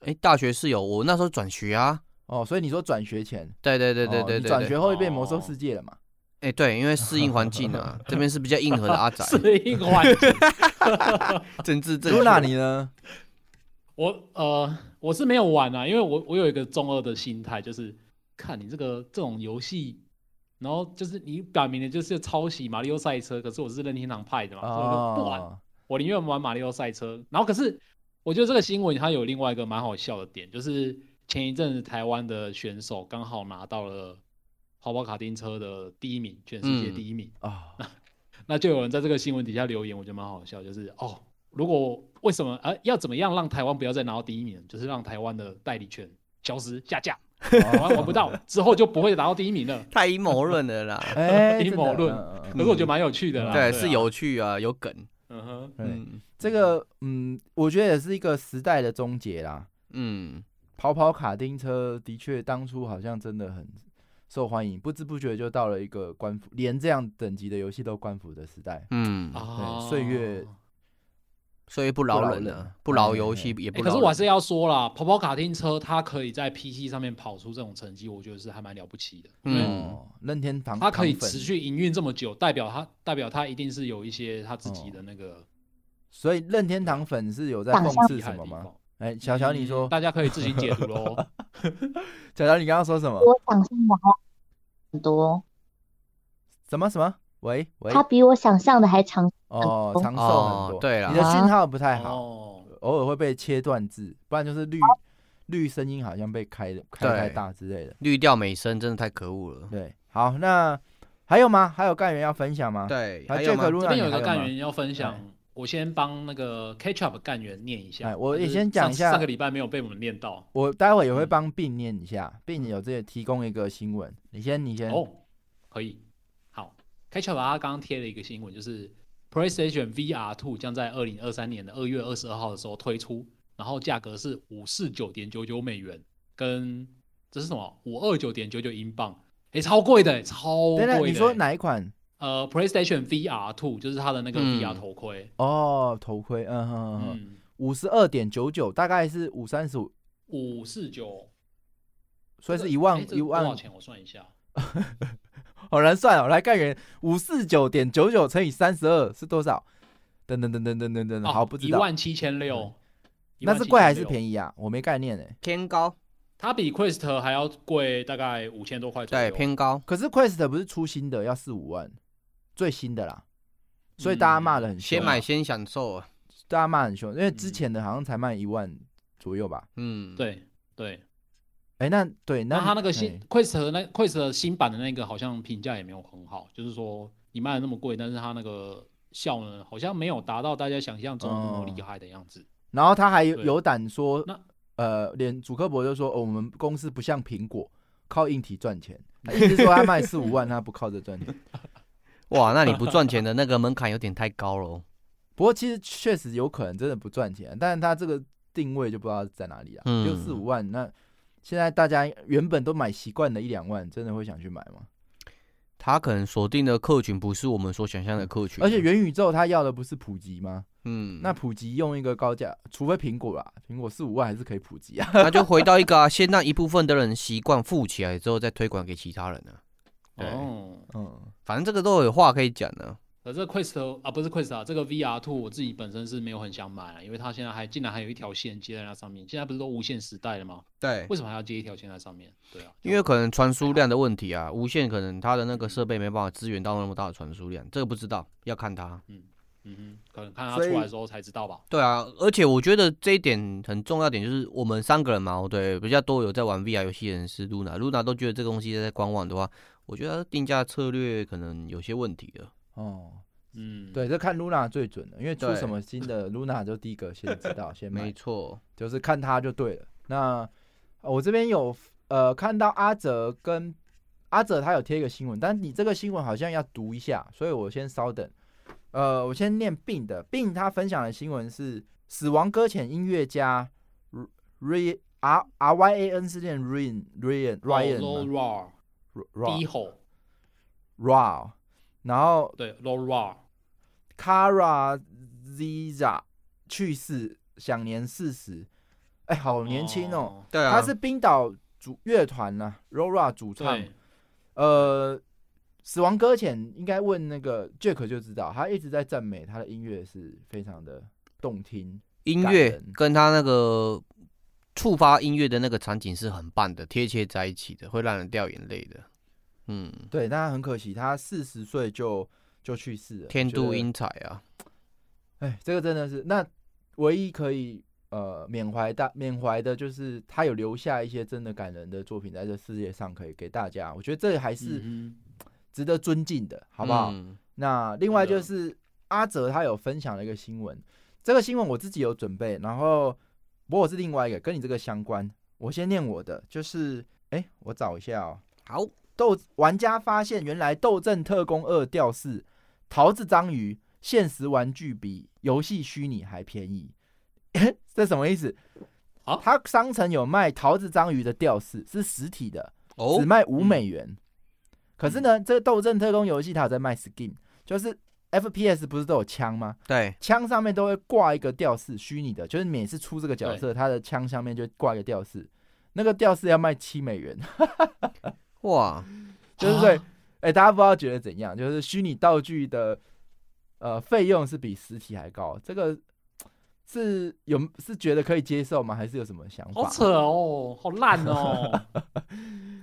Speaker 5: 哎，大学室友，我那时候转学啊。
Speaker 2: 哦，所以你说转学前，
Speaker 5: 对对对对
Speaker 2: 哦
Speaker 5: 对
Speaker 2: 你
Speaker 5: 对
Speaker 2: 转
Speaker 5: 对，
Speaker 2: 学后会变魔兽世界了嘛？
Speaker 5: 哎、对， 因为适应环境啊，这边是比较硬核的阿仔，
Speaker 3: 是一款。
Speaker 5: 政治正确。
Speaker 2: Luna 你呢？
Speaker 3: 我呃，我是没有玩啊，因为我我有一个中二的心态，就是看你这个这种游戏，然后就是你摆明的就是抄袭《马里奥赛车》，可是我是任天堂派的嘛，所以我就不玩，
Speaker 2: 哦，
Speaker 3: 我宁愿玩《马里奥赛车》。然后可是我觉得这个新闻它有另外一个蛮好笑的点，就是前一阵子台湾的选手刚好拿到了跑跑卡丁车的第一名，全世界
Speaker 5: 嗯
Speaker 3: 第一名。
Speaker 2: 啊、
Speaker 3: 那就有人在这个新闻底下留言，我觉得蛮好笑，就是哦，如果为什么呃要怎么样让台湾不要再拿到第一名，就是让台湾的代理权消失下 架，台湾玩不到，之后就不会拿到第一名了。
Speaker 5: 太阴谋论了啦。
Speaker 2: 哎、真的
Speaker 3: 阴谋论
Speaker 2: 嗯嗯嗯
Speaker 3: 可是我觉得蛮有趣的啦，
Speaker 5: 对，
Speaker 3: 啊
Speaker 5: 是，有趣啊，有梗。
Speaker 3: 嗯哼，
Speaker 2: 对
Speaker 5: 嗯
Speaker 2: 这个，嗯，我觉得也是一个时代的终结啦。
Speaker 5: 嗯，
Speaker 2: 跑跑卡丁车的确当初好像真的很受欢迎，不知不觉就到了一个官服，连这样等级的游戏都官服的时代。
Speaker 5: 嗯，
Speaker 3: 啊，
Speaker 2: 岁月
Speaker 5: 所以不饶
Speaker 2: 不饶
Speaker 5: 人
Speaker 2: 人
Speaker 5: 啊
Speaker 2: 啊，
Speaker 5: 不饶游戏
Speaker 2: 哎
Speaker 5: 也
Speaker 3: 欸
Speaker 5: 不
Speaker 3: 可
Speaker 5: 饶人。
Speaker 3: 是我还是要说啦，跑跑卡丁车它可以在 PC 上面跑出这种成绩，我觉得是还蛮了不起的，因为
Speaker 5: 嗯
Speaker 2: 哦，任天堂
Speaker 3: 它可以
Speaker 2: 糖粉
Speaker 3: 持续营运这么久，代表它代表它一定是有一些它自己的那个
Speaker 2: 所以任天堂粉是有在
Speaker 6: 长
Speaker 2: 讽
Speaker 3: 厉
Speaker 2: 刺
Speaker 3: 害
Speaker 2: 什么
Speaker 3: 的地
Speaker 2: 吗？
Speaker 3: 方。嗯
Speaker 2: 哎，小乔你说，
Speaker 3: 大家可以自行解读喽。
Speaker 2: 小乔你刚刚说什么？
Speaker 6: 我想象的还很多，
Speaker 2: 什么什么？喂喂，
Speaker 6: 它比我想象的还长。
Speaker 2: 哦，长寿
Speaker 5: 哦
Speaker 2: 很多，
Speaker 5: 对啦
Speaker 2: 你的信号不太好，
Speaker 3: 哦，
Speaker 2: 偶尔会被切断字，不然就是绿绿声音好像被开的开
Speaker 5: 对
Speaker 2: 太大之类的。
Speaker 5: 绿调美声真的太可恶了。
Speaker 2: 对，好，那还有吗？还有干员要分享吗？，
Speaker 5: 对，
Speaker 2: 还
Speaker 5: 还
Speaker 2: 有 Jack
Speaker 5: 有吗？
Speaker 2: Luna，
Speaker 3: 这边有一
Speaker 2: 你还
Speaker 3: 个干
Speaker 2: 吗
Speaker 3: 员要分享
Speaker 2: 哎，
Speaker 3: 我先帮那个 Ketchup 干员念一
Speaker 2: 哎
Speaker 3: 下。
Speaker 2: 我也
Speaker 3: 就是
Speaker 2: 先讲
Speaker 3: 上
Speaker 2: 一下
Speaker 3: 上个礼拜没有被我们念到。
Speaker 2: 我待会也会
Speaker 3: 嗯
Speaker 2: 帮并念一下，并有这提供一个新闻，你先你先。
Speaker 3: 哦，可以。好，Ketchup 他刚刚贴了一个新闻，就是 PlayStation VR Two 将在二零二三年的二月二十二号的时候推出，然后价格是五四九点九九美元，跟这是什么五二九点九九英镑，诶，超贵的、超贵
Speaker 2: 等
Speaker 3: 的、欸
Speaker 2: 等，
Speaker 3: 诶
Speaker 2: 你说？哪一款？
Speaker 3: 呃，PlayStation VR Two 就是它的那个
Speaker 5: 嗯
Speaker 3: VR 头盔，
Speaker 2: 哦，头盔，嗯哼哼哼，
Speaker 3: 嗯，
Speaker 2: 五十二点九九，大概是五三十五，
Speaker 3: 五四九，
Speaker 2: 所以是
Speaker 3: 这个
Speaker 2: 一万
Speaker 3: 诶这
Speaker 2: 一
Speaker 3: 多少
Speaker 2: 万，
Speaker 3: 钱？我算一下，
Speaker 2: 好难算哦。来，干员五四九点九九乘以三十二是多少？等等等等等等等，嗯好，不知
Speaker 3: 哦一
Speaker 2: 道，嗯
Speaker 3: 万七千六，
Speaker 2: 那是贵还是
Speaker 3: 宜？
Speaker 2: 便宜啊？我没概念哎。
Speaker 5: 偏高，
Speaker 3: 它比 Quest 还要贵大概五千多块左右。
Speaker 5: 对，偏高。
Speaker 2: 可是 Quest 不是出新的要四五万，最新的啦，所以大家
Speaker 3: 嗯
Speaker 2: 骂的很凶
Speaker 5: 先
Speaker 2: 啊，
Speaker 5: 买先享受啊。
Speaker 2: 大家骂得很凶，因为之前的好像才卖一万左右吧。
Speaker 5: 嗯，，
Speaker 3: 对对，
Speaker 2: 哎，那对，
Speaker 3: 那它那个
Speaker 2: 哎
Speaker 3: 新 Quest 和那 Quest 的新版的那个好像评价也没有很好，就是说你卖的那么贵，但是它那个效呢，好像没有达到大家想象中那么厉害的样子。
Speaker 2: 然后他还有
Speaker 3: 对
Speaker 2: 有胆说
Speaker 3: 那，
Speaker 2: 呃，连主科博就说、哦，我们公司不像苹果，靠硬体赚 钱，他意思说他卖四五万，他不靠这赚钱。
Speaker 5: 哇，那你不赚钱的那个门槛有点太高了。
Speaker 2: 不过其实确实有可能真的不赚钱，啊但是他这个定位就不知道在哪里啊，
Speaker 5: 嗯
Speaker 2: 六四五万那。现在大家原本都买习惯的一两万，真的会想去买吗？
Speaker 5: 他可能锁定的客群不是我们所想象的客群，
Speaker 2: 而且元宇宙它要的不是普及吗？
Speaker 5: 啊嗯，
Speaker 2: 那普及用一个高价，除非苹果啦，苹果四五万还是可以普及啊。
Speaker 5: 那就回到一个啊， 先让一部分的人习惯富起来之后，再推广给其他人呢、对
Speaker 3: 哦，
Speaker 2: 嗯，
Speaker 5: 反正这个都有话可以讲啊呢、
Speaker 3: 可这 Quest 啊，不是 Quest 啊，这个 VR Two 我自己本身是没有很想买啊，因为它现在还竟然还有一条线接在那上面，现在不是都无线时代了吗？
Speaker 5: 对，
Speaker 3: 为什么还要接一条线在上面？对啊，
Speaker 5: 因为可能传输量的问题啊，无线可能它的那个设备没办法支援到那么大的传输量，这个不知道，要看它。
Speaker 3: 嗯哼，可能看它
Speaker 2: 所以
Speaker 3: 出来的时候才知 道吧。
Speaker 5: 对啊，而且我觉得这一点很重要点就是我们三个人嘛，哦对，比较多有在玩 VR 游戏的人是 Luna，Luna 都觉得这个东西在观望的话，我觉得它的定价策略可能有些问题了。
Speaker 2: 哦，
Speaker 3: 嗯，
Speaker 2: 对，这看 Luna 最准了，因为出
Speaker 5: 对
Speaker 2: 什么新的 Luna 就第一个先知道，先
Speaker 5: 没
Speaker 2: 买，
Speaker 5: 错，
Speaker 2: 就是看它就对了。那呃我这边有呃看到阿哲跟阿哲他有贴一个新闻，但你这个新闻好像要读一下，所以我先稍等。呃，我先念病的病，他分享的新闻是死亡搁浅音乐家 R R R R Y A N 是念 Ryan Ryan
Speaker 3: Low
Speaker 2: Ryan
Speaker 3: Roar 低
Speaker 2: Ryan
Speaker 3: 吼，
Speaker 2: Ryan，然后
Speaker 3: 对 Low Roar。
Speaker 2: Kara Zira 去世，享年四十。哎，好年轻哦！
Speaker 3: 哦
Speaker 5: 对啊
Speaker 2: 他是冰岛主乐团呐、r o r a 主唱
Speaker 3: 对。，
Speaker 2: 呃，死亡搁浅应该问那个 Jack 就知道，他一直在赞美他的音乐是非常的动听。
Speaker 5: 音
Speaker 2: 感
Speaker 5: 乐
Speaker 2: 人
Speaker 5: 跟他那个触发音乐的那个场景是很棒的，贴切在一起的，会让人掉眼泪的。嗯，
Speaker 2: 对，但很可惜，他四十岁就就去世了。
Speaker 5: 天
Speaker 2: 度
Speaker 5: 妒英才啊！
Speaker 2: 哎，这个真的是那唯一可以呃缅怀大缅怀的，就是他有留下一些真的感人的作品在这世界上可以给大家，我觉得这还是
Speaker 3: 嗯
Speaker 2: 值得尊敬的，好不好？
Speaker 5: 嗯
Speaker 2: 那另外
Speaker 3: 真
Speaker 2: 就
Speaker 3: 的
Speaker 2: 是阿哲他有分享了一个新闻，这个新闻我自己有准备，然后不过我是另外一个跟你这个相关，我先念我的，就是哎，我找一下哦，
Speaker 5: 好，
Speaker 2: 斗玩家发现，原来《斗阵特工二》吊饰桃子章鱼现实玩具比游戏虚拟还便宜， 这什么意思？
Speaker 3: 啊
Speaker 2: 他商城有卖桃子章鱼的吊饰，是实体的，
Speaker 5: 哦
Speaker 2: 只，卖五美元。可是
Speaker 5: 嗯
Speaker 2: 呢，这《斗阵特工》游戏它有在卖 skin，就是 FPS 不是都有枪吗？
Speaker 5: 对，
Speaker 2: 枪上面都会挂一个吊饰，虚拟的，就是每次出这个角色，他的枪上面就挂一个吊饰，那个吊饰要卖七美元。
Speaker 5: 哇，啊
Speaker 2: 就是对，哎、大家不知道觉得怎样？就是虚拟道具的呃费用是比实体还高，这个是有是觉得可以接受吗？还是有什么想法？
Speaker 3: 好扯哦，好 烂哦，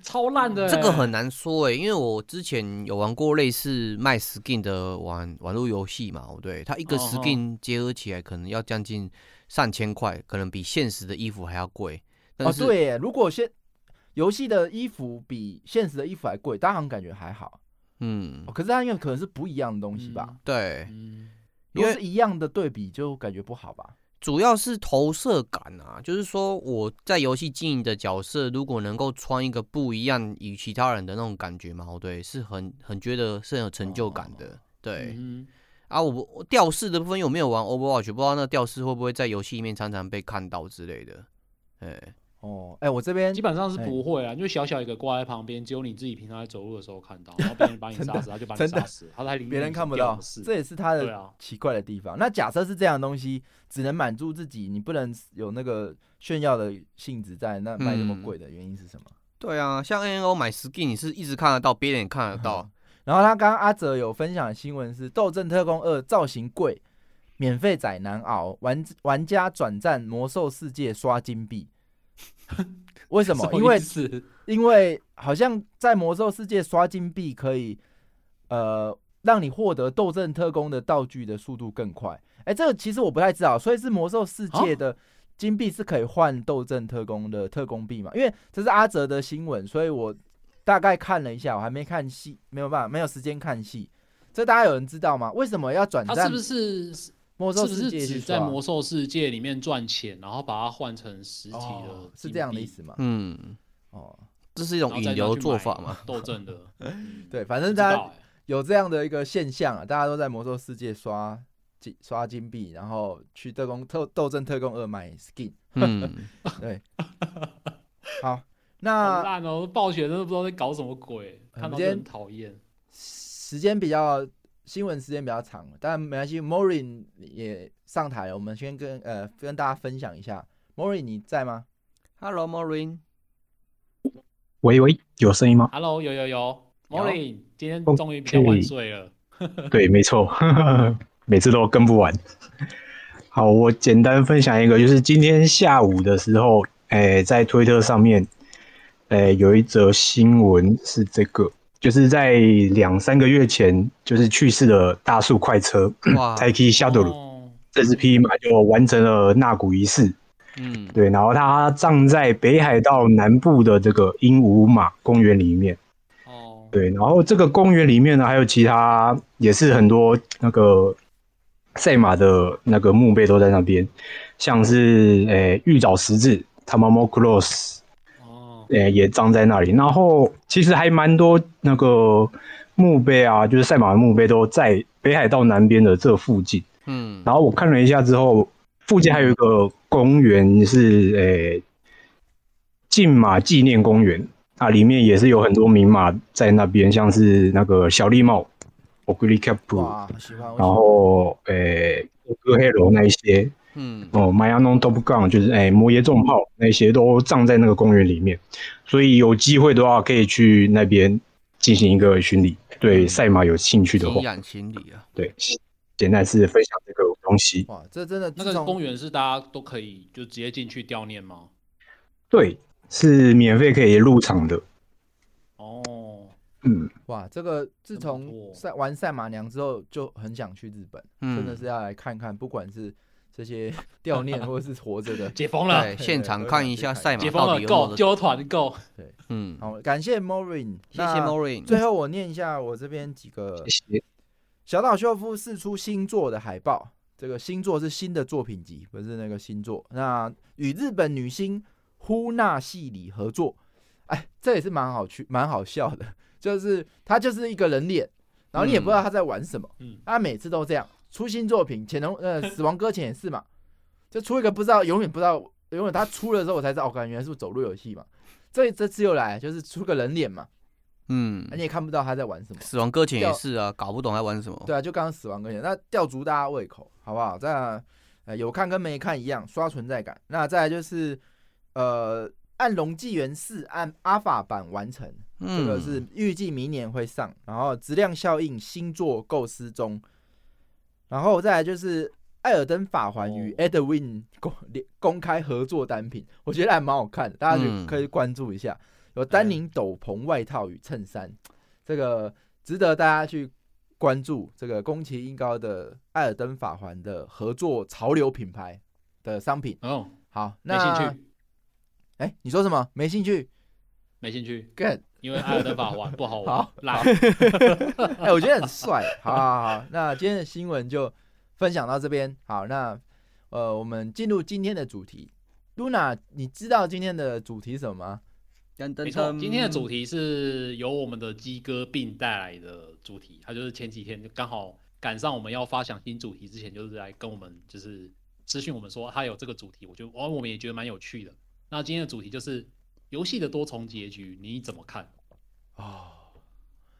Speaker 3: 超烂的欸。
Speaker 5: 这个很难说诶、因为我之前有玩过类似卖 skin 的玩网络游戏嘛，对，它一个
Speaker 3: 哦哦
Speaker 5: skin 结合起来可能要将近上千块，可能比现实的衣服还要贵。但
Speaker 2: 哦，
Speaker 5: 是、
Speaker 2: 对耶，如果现游戏的衣服比现实的衣服还贵，大家好像感觉还好。
Speaker 5: 嗯
Speaker 2: 哦，，可是它因为可能是不一样的东西吧？
Speaker 5: 对，
Speaker 3: 嗯，
Speaker 2: 如果
Speaker 5: 因为
Speaker 2: 是一样的对比，就感觉不好吧？
Speaker 5: 主要是投射感啊，就是说我在游戏经营的角色，如果能够穿一个不一样与其他人的那种感觉嘛，哦对，是很很觉得是很有成就感
Speaker 2: 哦
Speaker 5: 的。对、
Speaker 3: 嗯
Speaker 5: 啊，我不我吊饰的部分有没有玩 Overwatch？不知道那吊饰会不会在游戏里面常常被看到之类的。哎、
Speaker 2: 哦，哎、我这边
Speaker 3: 基本上是
Speaker 2: 哎
Speaker 3: 不会啊，因为小小一个挂在旁边，只有你自己平常在走路的时候看到，然后别人把你
Speaker 2: 真的
Speaker 3: 杀死，他就 把你
Speaker 2: 真的
Speaker 3: 杀死，他还理
Speaker 2: 别人
Speaker 3: 你
Speaker 2: 看不
Speaker 3: 干
Speaker 2: 到
Speaker 3: 我事，
Speaker 2: 这也是它
Speaker 3: 对
Speaker 2: 的
Speaker 3: 啊
Speaker 2: 奇怪的地方。那假设是这样的东西，只能满足自己，你不能有那个炫耀的性质在，那卖那么
Speaker 5: 嗯
Speaker 2: 贵的原因是什么？
Speaker 5: 对啊，像 N O 买 skin，你是一直看得到，别人也看得 到。
Speaker 2: 然后他刚刚阿哲有分享的新闻是《斗阵特工二》造型贵，免费仔难熬，玩玩家转战魔兽世界刷金 币。为什么？因为
Speaker 3: 是
Speaker 2: 因为好像在魔兽世界刷金币可以，呃，让你获得斗阵特工的道具的速度更快。哎，这个其实我不太知道，所以是魔兽世界
Speaker 3: 啊
Speaker 2: 的金币是可以换斗阵特工的特工币嘛？因为这是阿哲的新闻，所以我大概看了一下，我还没看戏，没有办法，没有时间看戏。这大家有人知道吗？为什么要转
Speaker 3: 他是
Speaker 2: 战
Speaker 3: 不是是
Speaker 2: 魔兽
Speaker 3: 不
Speaker 2: 世
Speaker 3: 是
Speaker 2: 界去
Speaker 3: 只在
Speaker 2: 刷？
Speaker 3: 魔兽世界里面赚钱，然后把它换成实体
Speaker 2: 哦
Speaker 3: 的，
Speaker 2: 是这样的
Speaker 3: 金
Speaker 2: 意
Speaker 3: 币
Speaker 2: 思吗？
Speaker 5: 嗯，
Speaker 2: 哦，
Speaker 5: 这是一种引流做法嘛？？
Speaker 3: 斗阵的，嗯
Speaker 2: 对，反正
Speaker 3: 不知
Speaker 2: 大家
Speaker 3: 道欸
Speaker 2: 有这样的一个现象啊，大家都在魔兽世界刷金刷金币，然后去特工特斗争特工二买 skin。
Speaker 5: 嗯，
Speaker 2: 对，好，
Speaker 3: 好
Speaker 2: 那
Speaker 3: 烂哦！暴雪真的不知道在搞什么鬼，
Speaker 2: 嗯
Speaker 3: 看
Speaker 2: 我们今
Speaker 3: 到就
Speaker 2: 天
Speaker 3: 很讨厌。
Speaker 2: 时间比较新闻时间比较长，但没关系，Morin 也上台了，我们先跟呃跟大家分享一下，Morin 你在吗？
Speaker 5: Hello Maureen，
Speaker 9: 喂喂，有声音吗？
Speaker 3: Hello，有有有
Speaker 5: 有
Speaker 3: m o r i n 今天
Speaker 9: OK
Speaker 3: 终于比较晚睡了。
Speaker 9: 哦 对，没错， 每次都跟不完。好，我简单分享一个，就是今天下午的时候，诶、在推特上面，诶、呃有一则新闻是这个，就是在两三个月前，就是去世的大树快车
Speaker 5: 哇
Speaker 9: Taiki s h a d o
Speaker 3: 哦
Speaker 9: 这只匹马就完成了纳古仪式，
Speaker 5: 嗯，
Speaker 9: 对，然后它葬在北海道南部的这个鹦鹉马公园里面。
Speaker 3: 哦，
Speaker 9: 对，然后这个公园里面呢，还有其他也是很多那个赛马的那个墓碑都在那边，像是诶玉藻十字 （Tamamo Cross）
Speaker 3: 哦，
Speaker 9: 诶呃也葬在那里。然后其实还蛮多那个墓碑啊，就是赛马的墓碑都在北海道南边的这附近。
Speaker 5: 嗯，
Speaker 9: 然后我看了一下之后，附近还有一个公园是诶禁马纪念公园啊，里面也是有很多名马在那边，像是那个小绿帽、o g l i Cap，
Speaker 2: 哇，好喜欢，我喜欢
Speaker 9: 然后诶哥黑罗那一些
Speaker 5: 嗯，
Speaker 9: 哦 m a y a n o n Top Gun 就是诶摩耶重炮那些都葬在那个公园里面，所以有机会的话可以去那边进行一个巡礼。对赛马有兴趣的话
Speaker 5: 体，养情理啊，
Speaker 9: 对，简单是分享这个东西。
Speaker 2: 哇，这真的
Speaker 3: 那
Speaker 2: 自
Speaker 3: 个
Speaker 2: 从
Speaker 3: 公园是大家都可以就直接进去悼念吗？
Speaker 9: 对，是免费可以入场的。
Speaker 3: 哦，
Speaker 9: 嗯，
Speaker 2: 哇，这个自
Speaker 3: 这么
Speaker 2: 从
Speaker 3: 多哦
Speaker 2: 赛玩赛马娘之后，就很想去日本，真的
Speaker 5: 嗯
Speaker 2: 是要来看看，不管是这些 悼念或者是活着的。
Speaker 3: 解封了
Speaker 5: 对，，现场看一下赛马
Speaker 3: 解封
Speaker 5: 到
Speaker 3: 了
Speaker 5: 底有
Speaker 3: ，Go
Speaker 5: 多的，
Speaker 3: 揪团 Go，
Speaker 5: 嗯，
Speaker 2: 好，感谢 Morin，
Speaker 5: 谢谢 Maureen，
Speaker 2: 最后我念一下我这边几个
Speaker 9: 谢谢。
Speaker 2: 小岛秀夫试出新作的海报，这个新作是新的作品集，不是那个新作。那与日本女星呼纳系里合作，哎，这也是蛮好去蛮好笑的， 就是他就是一个人脸，然后你也不知道他在玩什么，
Speaker 3: 嗯，
Speaker 2: 他每次都这样出新作品，潜龙呃死亡搁浅也是嘛，就出一个不知道，永远不知道，永远他出了之后我才知道，哦，感觉原来是走路游戏嘛。这这次又来，就是出个人脸嘛，
Speaker 5: 嗯
Speaker 2: 啊，你也看不到他在玩什么。
Speaker 5: 死亡搁浅也是啊，搞不懂在玩什么。
Speaker 2: 对啊，就刚刚死亡搁浅，那吊足大家胃口，好不好？再呃有看跟没看一样，刷存在感。那再来就是呃，《暗龙纪元四》按阿法版完成，
Speaker 5: 嗯，
Speaker 2: 这个是预计明年会上。然后质量效应星座构思中，然后再来就是艾尔登法环》
Speaker 5: 哦
Speaker 2: 与 Edwin 公联公开合作单品，我觉得还蛮好看的，大家就
Speaker 5: 嗯
Speaker 2: 可以关注一下。有丹宁斗篷外套与衬衫，这个值得大家去关注。这个宫崎英高的《艾尔登法环》的合作潮流品牌的商品。
Speaker 3: 哦，
Speaker 2: 好，
Speaker 3: 没
Speaker 2: 那
Speaker 3: 兴趣，
Speaker 2: 哎，你说什么？没兴趣
Speaker 3: 没兴趣，
Speaker 2: ？Good。
Speaker 3: 因为艾尔登法环不好玩
Speaker 2: 好，
Speaker 3: 烂。
Speaker 2: 哎、我觉得很帅。好好好，那今天的新闻就分享到这边。好，那呃，我们进入今天的主题。Luna，你知道今天的主题是什么吗？
Speaker 5: 噔
Speaker 3: 没
Speaker 5: 噔
Speaker 3: 错，
Speaker 5: 噔，
Speaker 3: 今天的主题是由我们的鸡哥病带来的主题，他就是前几天就刚好赶上我们要发想新主题之前，就是来跟我们就是咨询我们说他啊有这个主题，我觉得哦我们也觉得蛮有趣的。那今天的主题就是游戏的多重结局，你怎么看？
Speaker 2: 哦，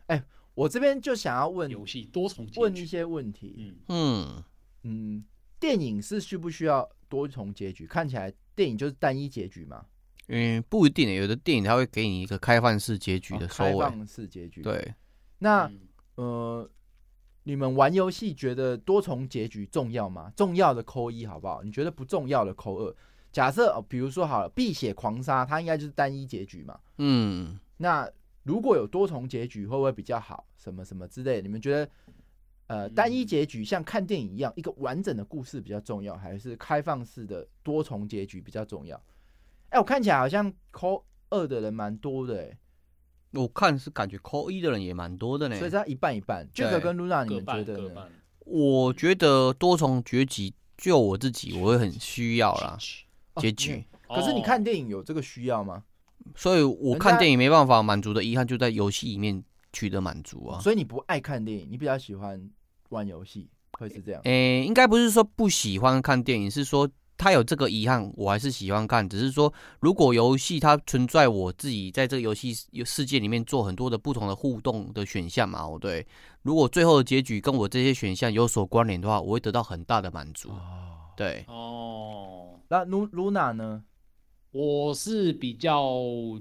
Speaker 2: 哎、我这边就想要问
Speaker 3: 游戏多重结
Speaker 2: 问一
Speaker 3: 局，
Speaker 2: 些问题。
Speaker 3: 嗯，
Speaker 5: 嗯，
Speaker 2: 嗯，电影是需不需要多重结局？看起来电影就是单一结局嘛，
Speaker 5: 嗯，不一定，有的电影它会给你一个开放式结局
Speaker 2: 哦
Speaker 5: 的收
Speaker 2: 开
Speaker 5: 尾。
Speaker 2: 放式结局。，
Speaker 5: 对，
Speaker 2: 那、
Speaker 3: 嗯
Speaker 2: 呃，你们玩游戏觉得多重结局重要吗？重要的扣一好不好？你觉得不重要的扣二。假设、呃比如说好了，《碧血狂杀》它应该就是单一结局嘛。
Speaker 5: 嗯，
Speaker 2: 那如果有多重结局，会不会比较好？什么什么之类的？你们觉得，呃，单一
Speaker 3: 嗯
Speaker 2: 结局像看电影一样，一个完整的故事比较重要，还是开放式的多重结局比较重要？哎、我看起来好像扣二的人蛮多的、欸，
Speaker 5: 我看是感觉扣一的人也蛮多的呢。
Speaker 2: 所以它一半一半。这个
Speaker 5: 对
Speaker 2: 跟露娜，你
Speaker 3: 各
Speaker 2: 们觉
Speaker 3: 半
Speaker 2: 得
Speaker 3: 各
Speaker 2: 呢？
Speaker 3: 半。
Speaker 5: 我觉得多重结局，就我自己，我会很需要啦
Speaker 2: 哦没
Speaker 5: 结
Speaker 2: 有
Speaker 5: 局。
Speaker 2: 可是你
Speaker 3: 哦
Speaker 2: 看电影有这个需要吗？
Speaker 5: 所以我
Speaker 2: 人
Speaker 5: 看
Speaker 2: 家
Speaker 5: 电影没办法满足的遗憾，就在游戏里面取得满足啊。
Speaker 2: 所以你不爱看电影，你比较喜欢玩游戏，会是这样？
Speaker 5: 诶、应该不是说不喜欢看电影，是说他有这个遗憾，我还是喜欢看。只是说，如果游戏它存在我自己在这个游戏世界里面做很多的不同的互动的选项嘛，哦对，如果最后的结局跟我这些选项有所关联的话，我会得到很大的满足。
Speaker 2: 哦，
Speaker 5: 对，
Speaker 3: 哦，
Speaker 2: 那露露娜呢？
Speaker 3: 我是比较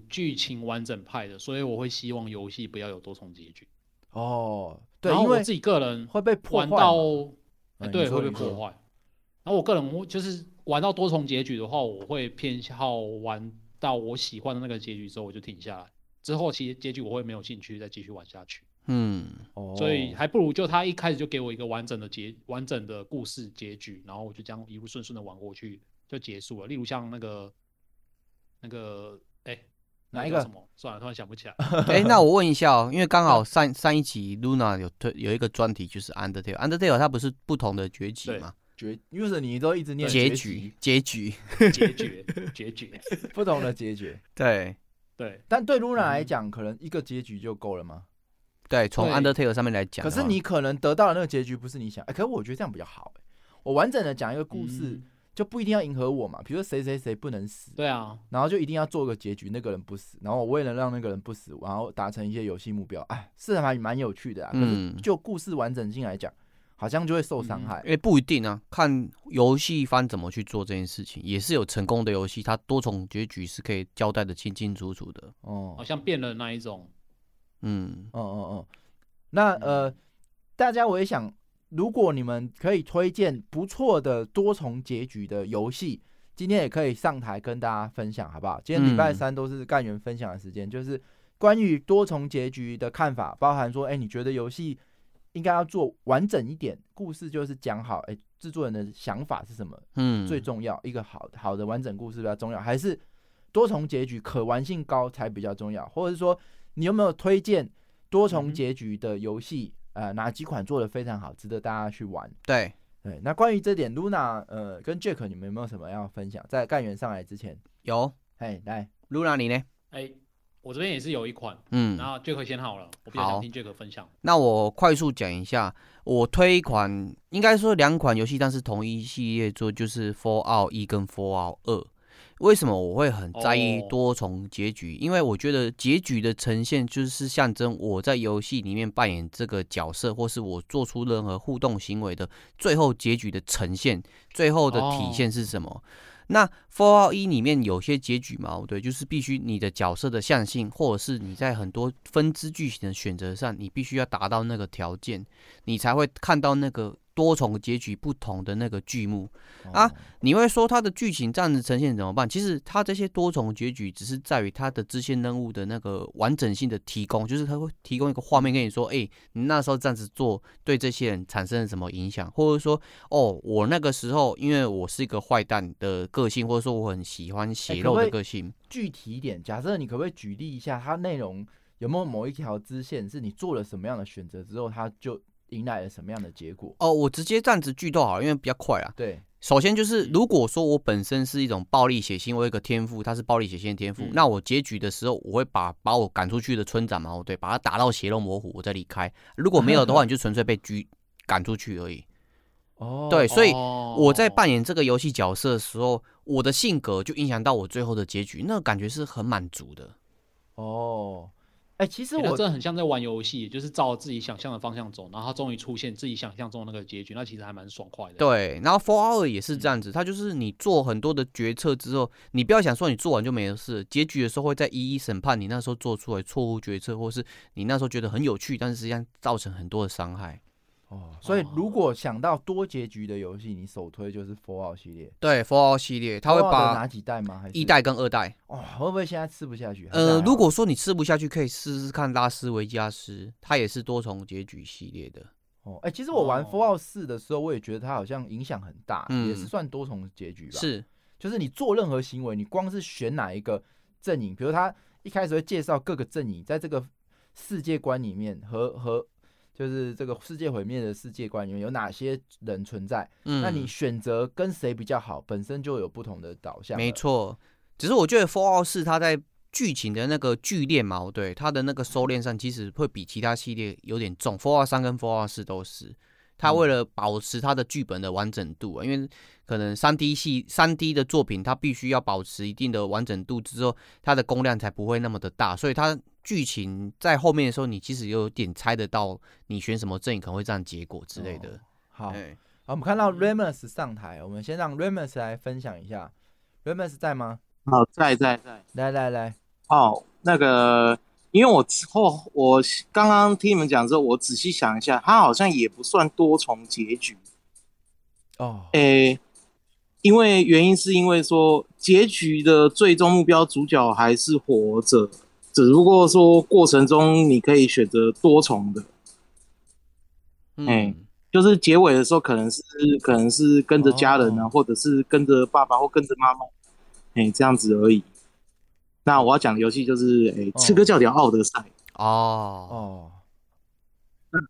Speaker 3: 剧情完整派的，所以我会希望游戏不要有多重结局。
Speaker 2: 哦，对，
Speaker 3: 然后
Speaker 2: 因
Speaker 3: 我
Speaker 2: 为
Speaker 3: 自己个人
Speaker 2: 会被破坏
Speaker 3: 玩
Speaker 2: 嘛
Speaker 3: 到，
Speaker 2: 哎
Speaker 3: 哎
Speaker 2: 你
Speaker 3: 对，
Speaker 2: 说
Speaker 3: 会被
Speaker 2: 你说
Speaker 3: 破坏。然后我个人我就是玩到多重结局的话，我会偏好玩到我喜欢的那个结局之后，我就停下来。之后其实结局我会没有兴趣再继续玩下去，
Speaker 5: 嗯，
Speaker 2: 哦
Speaker 3: 所以还不如就他一开始就给我一个完整的结完整的故事结局，然后我就这样一路顺顺的玩过去就结束了。例如像那个那个哎那
Speaker 2: 哪一
Speaker 3: 叫
Speaker 2: 个
Speaker 3: 什么？算了，突然想不 起来。
Speaker 5: 诶，哎那我问一下哦，因为刚好上上一集 Luna 有推有一个专题就是 Undertale，Undertale 它不是不同的崛起
Speaker 3: 对
Speaker 5: 嘛，
Speaker 2: 结，因为是你都一直念
Speaker 5: 结
Speaker 2: 局
Speaker 5: 局，结局，
Speaker 3: 结局，结局，
Speaker 2: 不同的结局。
Speaker 5: 对
Speaker 3: 对。
Speaker 2: 但对露娜来讲，可能一个结局就够了吗？
Speaker 5: 对，从
Speaker 3: 对
Speaker 5: Undertale 上面来讲
Speaker 2: 可
Speaker 5: 的话，
Speaker 2: 是你可能得到的那个结局不是你想，哎，可是我觉得这样比较好。哎我完整的讲一个故事
Speaker 3: 嗯，
Speaker 2: 就不一定要迎合我嘛。比如说谁谁谁不能死，
Speaker 3: 对啊，
Speaker 2: 然后就一定要做个结局，那个人不死，然后我为了让那个人不死，然后达成一些游戏目标，哎，是还蛮有趣的啊。可是
Speaker 5: 嗯
Speaker 2: 就故事完整性来讲，好像就会受
Speaker 3: 嗯
Speaker 2: 伤害
Speaker 5: 因。为不一定啊，看游戏方怎么去做这件事情，也是有成功的游戏，它多重结局是可以交代的清清楚楚的。
Speaker 2: 哦
Speaker 3: 好，像变了那一种，
Speaker 5: 嗯，
Speaker 2: 嗯嗯嗯。那呃，大家我也想，如果你们可以推荐不错的多重结局的游戏，今天也可以上台跟大家分享，好不好？今天礼拜
Speaker 5: 嗯
Speaker 2: 三都是干员分享的时间，就是关于多重结局的看法，包含说，哎、你觉得游戏应该要做完整一点，故事就是讲好，哎、制作人的想法是什么？
Speaker 5: 嗯
Speaker 2: 最重要，一个好好的完整故事比较重要，还是多重结局可玩性高才比较重要？或者是说，你有没有推荐多
Speaker 3: 嗯
Speaker 2: 重
Speaker 3: 哼
Speaker 2: 结局的游戏？呃，哪几款做的非常好，值得大家去玩？
Speaker 5: 对，
Speaker 2: 对，那关于这点，Luna 呃跟 Jack 你们有没有什么要分享？在干员上来之前，
Speaker 5: 有
Speaker 2: 嘿，来，
Speaker 5: Luna 你呢？
Speaker 3: 哎，我这边也是有一款，
Speaker 5: 嗯，
Speaker 3: 然后 Jack 先好了，我比较
Speaker 5: 好
Speaker 3: 想听 Jack 分享。
Speaker 5: 那我快速讲一下，我推一款，应该说两款游戏，但是同一系列做，就是《Fallout 一》跟《Fallout 二》。为什么我会很在意
Speaker 3: 哦
Speaker 5: 多重结局？因为我觉得结局的呈现就是象征我在游戏里面扮演这个角色，或是我做出任何互动行为的最后结局的呈现，最后的体现是什么？那 Fallout 一里面有些结局嘛，对，就是必须你的角色的向性，或者是你在很多分支剧情的选择上，你必须要达到那个条件，你才会看到那个多重结局不同的那个剧目。
Speaker 2: 哦
Speaker 5: 啊你会说它的剧情这样子呈现怎么办？其实它这些多重结局只是在于它的支线任务的那个完整性的提供，就是它会提供一个画面跟你说，哎、你那时候这样子做对这些人产生了什么影响，或者说，哦，我那个时候因为我是一个坏蛋的个性，或者说我很喜欢血
Speaker 2: 哎可
Speaker 5: 肉
Speaker 2: 不可
Speaker 5: 的
Speaker 2: 以
Speaker 5: 个性，
Speaker 2: 具体一点，假设你可不可以举例一下，它内容有没有某一条支线是你做了什么样的选择之后，它就迎来了什么样的结果？
Speaker 5: 哦，我直接这样子剧透好了，因为比较快啊。
Speaker 2: 对，
Speaker 5: 首先就是，如果说我本身是一种暴力血腥，我有一个天赋，它是暴力血腥的天赋，
Speaker 3: 嗯
Speaker 5: 那我结局的时候，我会把把我赶出去的村长嘛，哦对，把他打到血肉模糊，我再离开。如果没有的 话，你就纯粹被拘赶出去而已。
Speaker 2: 哦，
Speaker 5: 对，所以我在
Speaker 3: 演。
Speaker 5: 扮演这个游戏角色的时候，我的性格就影响到我最后的结局，那个感觉是很满足的。
Speaker 2: 哦，哎、其实
Speaker 3: 欸那
Speaker 2: 我
Speaker 3: 真的很像在玩游戏，就是照自己想象的方向走，然后它终于出现自己想象中的那个结局，那其实还蛮爽快 的。，
Speaker 5: 对，然后 f o r Hour 也是
Speaker 2: 嗯
Speaker 5: 这样子，它就是你做很多的决策之后，你不要想说你做完就没事，结局的时候会再一一审判你那时候做出来错误决策，或是你那时候觉得很有趣，但是实际上造成很多的伤害。
Speaker 2: 哦，所以如果想到多结局的游戏，你首推就是 Fallout 系列。
Speaker 5: 对 f o r Hour 系列，它会
Speaker 2: Fallout 的哪
Speaker 5: 把
Speaker 2: 几代吗？还是
Speaker 5: 一代跟二代，
Speaker 2: 哦，会不会现在吃不下去？啊还是
Speaker 5: 呃
Speaker 2: 还，好
Speaker 5: 如果说你吃不下去，可以试试看拉斯维加斯，它也是多重结局系列的。
Speaker 2: 哦，哎、其实我玩
Speaker 3: 哦
Speaker 2: Fallout 四的时候，我也觉得它好像影响很大，
Speaker 5: 嗯
Speaker 2: 也是算多重结局吧。，
Speaker 5: 是，
Speaker 2: 就是你做任何行为，你光是选哪一个阵营，比如他一开始会介绍各个阵营在这个世界观里面和和就是这个世界毁灭的世界观里面有哪些人存在，
Speaker 5: 嗯，
Speaker 2: 那你选择跟谁比较好，本身就有不同的导向。
Speaker 5: 没，错，只是我觉得《Fallout 四》它在剧情的那个剧烈矛对它的那个收敛上，其实会比其他系列有点重，《Fallout 三》跟《Fallout 四》都是。它
Speaker 2: 嗯
Speaker 5: 为了保持它的剧本的完整度啊，因为可能三 D 系三 D 的作品，它必须要保持一定的完整度之后，它的工量才不会那么的大，所以它剧情在后面的时候，你其实有点猜得到你选什么阵营可能会这样结果之类的。
Speaker 2: 哦好，
Speaker 5: 哎
Speaker 2: 好，我们看到 Remus 上台，我们先让 Remus 来分享一下。Remus 在吗？
Speaker 10: 好，在在在。
Speaker 2: 来来来，
Speaker 10: 哦，那个，因为我之后我刚刚听你们讲之后，我仔细想一下，它好像也不算多重结局。
Speaker 2: 哦，
Speaker 10: 诶、因为原因是因为说结局的最终目标主角还是活着，只不过说过程中你可以选择多重的，哎
Speaker 5: 嗯，
Speaker 10: 就是结尾的时候可能是可能是跟着家人啊，或者是跟着爸爸或跟着妈妈，哎、这样子而已。那我要讲的游戏就是，哎、
Speaker 2: 哦
Speaker 10: 刺客教条奥德赛。
Speaker 5: 哦，
Speaker 2: 哦，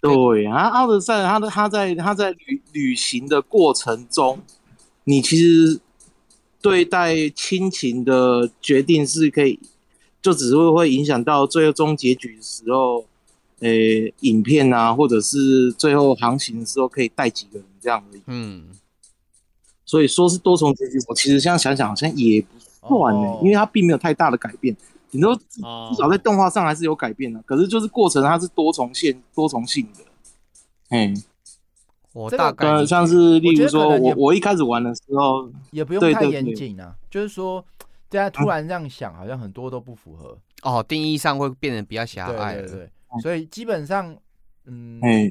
Speaker 10: 对，然后奥德赛他的他在他在旅旅行的过程中，你其实对待亲情的决定是可以，就只是会影响到最终结局的时候，呃，影片啊，或者是最后航行的时候可以带几个人这样而已。
Speaker 5: 嗯，
Speaker 10: 所以说是多重结局，我其实现在想想好像也不算呢、
Speaker 2: 哦
Speaker 10: 因为它并没有太大的改变，顶多至
Speaker 3: 哦
Speaker 10: 少在动画上还是有改变啊的、可是就是过程它是多重线多重性的，嗯。
Speaker 5: 我
Speaker 2: 这个
Speaker 5: 大概
Speaker 10: 呃，
Speaker 5: 理
Speaker 10: 像
Speaker 5: 解
Speaker 10: 是例
Speaker 2: 我觉
Speaker 10: 如
Speaker 2: 得可
Speaker 10: 说
Speaker 2: 能也
Speaker 10: 我我一开始玩的时候，
Speaker 2: 也不用
Speaker 10: 对
Speaker 2: 太
Speaker 10: 对
Speaker 2: 严
Speaker 10: 对嗯
Speaker 2: 谨啊，就是说，大家突然这样想，好像很多都不符合。
Speaker 5: 哦，定义上会变得比较狭隘
Speaker 2: 对
Speaker 5: 了。
Speaker 2: 对对，所以基本上，嗯，
Speaker 10: 哎，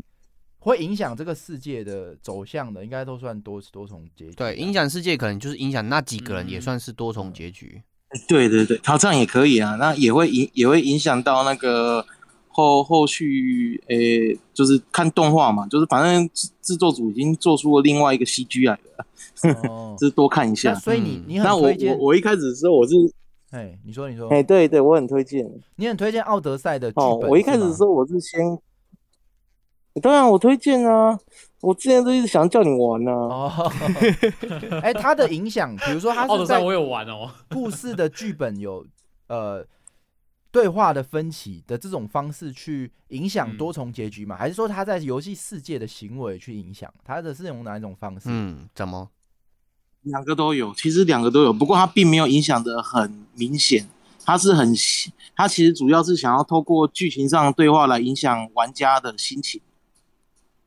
Speaker 2: 会影响这个世界的走向的，应该都算多多重结局啊。
Speaker 5: 对影响世界可能就是影响那几个人，
Speaker 3: 嗯
Speaker 5: 也算是多重结局。
Speaker 10: 对对对，好，这样也可以啊，那也会影也会影响到那个后后续，诶、就是看动画嘛，就是反正制制作组已经做出了另外一个 CG 来了，
Speaker 2: 哦
Speaker 10: ，就是多看一
Speaker 2: 那
Speaker 10: 下。
Speaker 2: 所以你
Speaker 5: 嗯
Speaker 2: 你
Speaker 10: 那
Speaker 2: 很
Speaker 10: 我
Speaker 2: 推
Speaker 10: 我
Speaker 2: 荐，
Speaker 10: 我一开始的时候我是，
Speaker 2: 哎，你说你说
Speaker 10: 哎、，对对，我很推荐
Speaker 2: 你很推荐《奥德赛》的剧
Speaker 10: 哦，
Speaker 2: 本。
Speaker 10: 我一开始的时候我是先，当然我推荐啊，我之前都一直想叫你玩呢、啊，
Speaker 2: 哦，哎，它的影响，比如说它
Speaker 3: 奥
Speaker 2: 是
Speaker 3: 德赛
Speaker 2: 在
Speaker 3: 我有玩哦，
Speaker 2: 故事的剧本有呃对话的分歧的这种方式去影响
Speaker 3: 嗯
Speaker 2: 多重结局吗？还是说他在游戏世界的行为去影响？他的是用哪一种方式？
Speaker 5: 嗯，怎么？
Speaker 10: 两个都有，其实两个都有，不过它并没有影响的很明显，它是很，它其实主要是想要透过剧情上的对话来影响玩家的心情。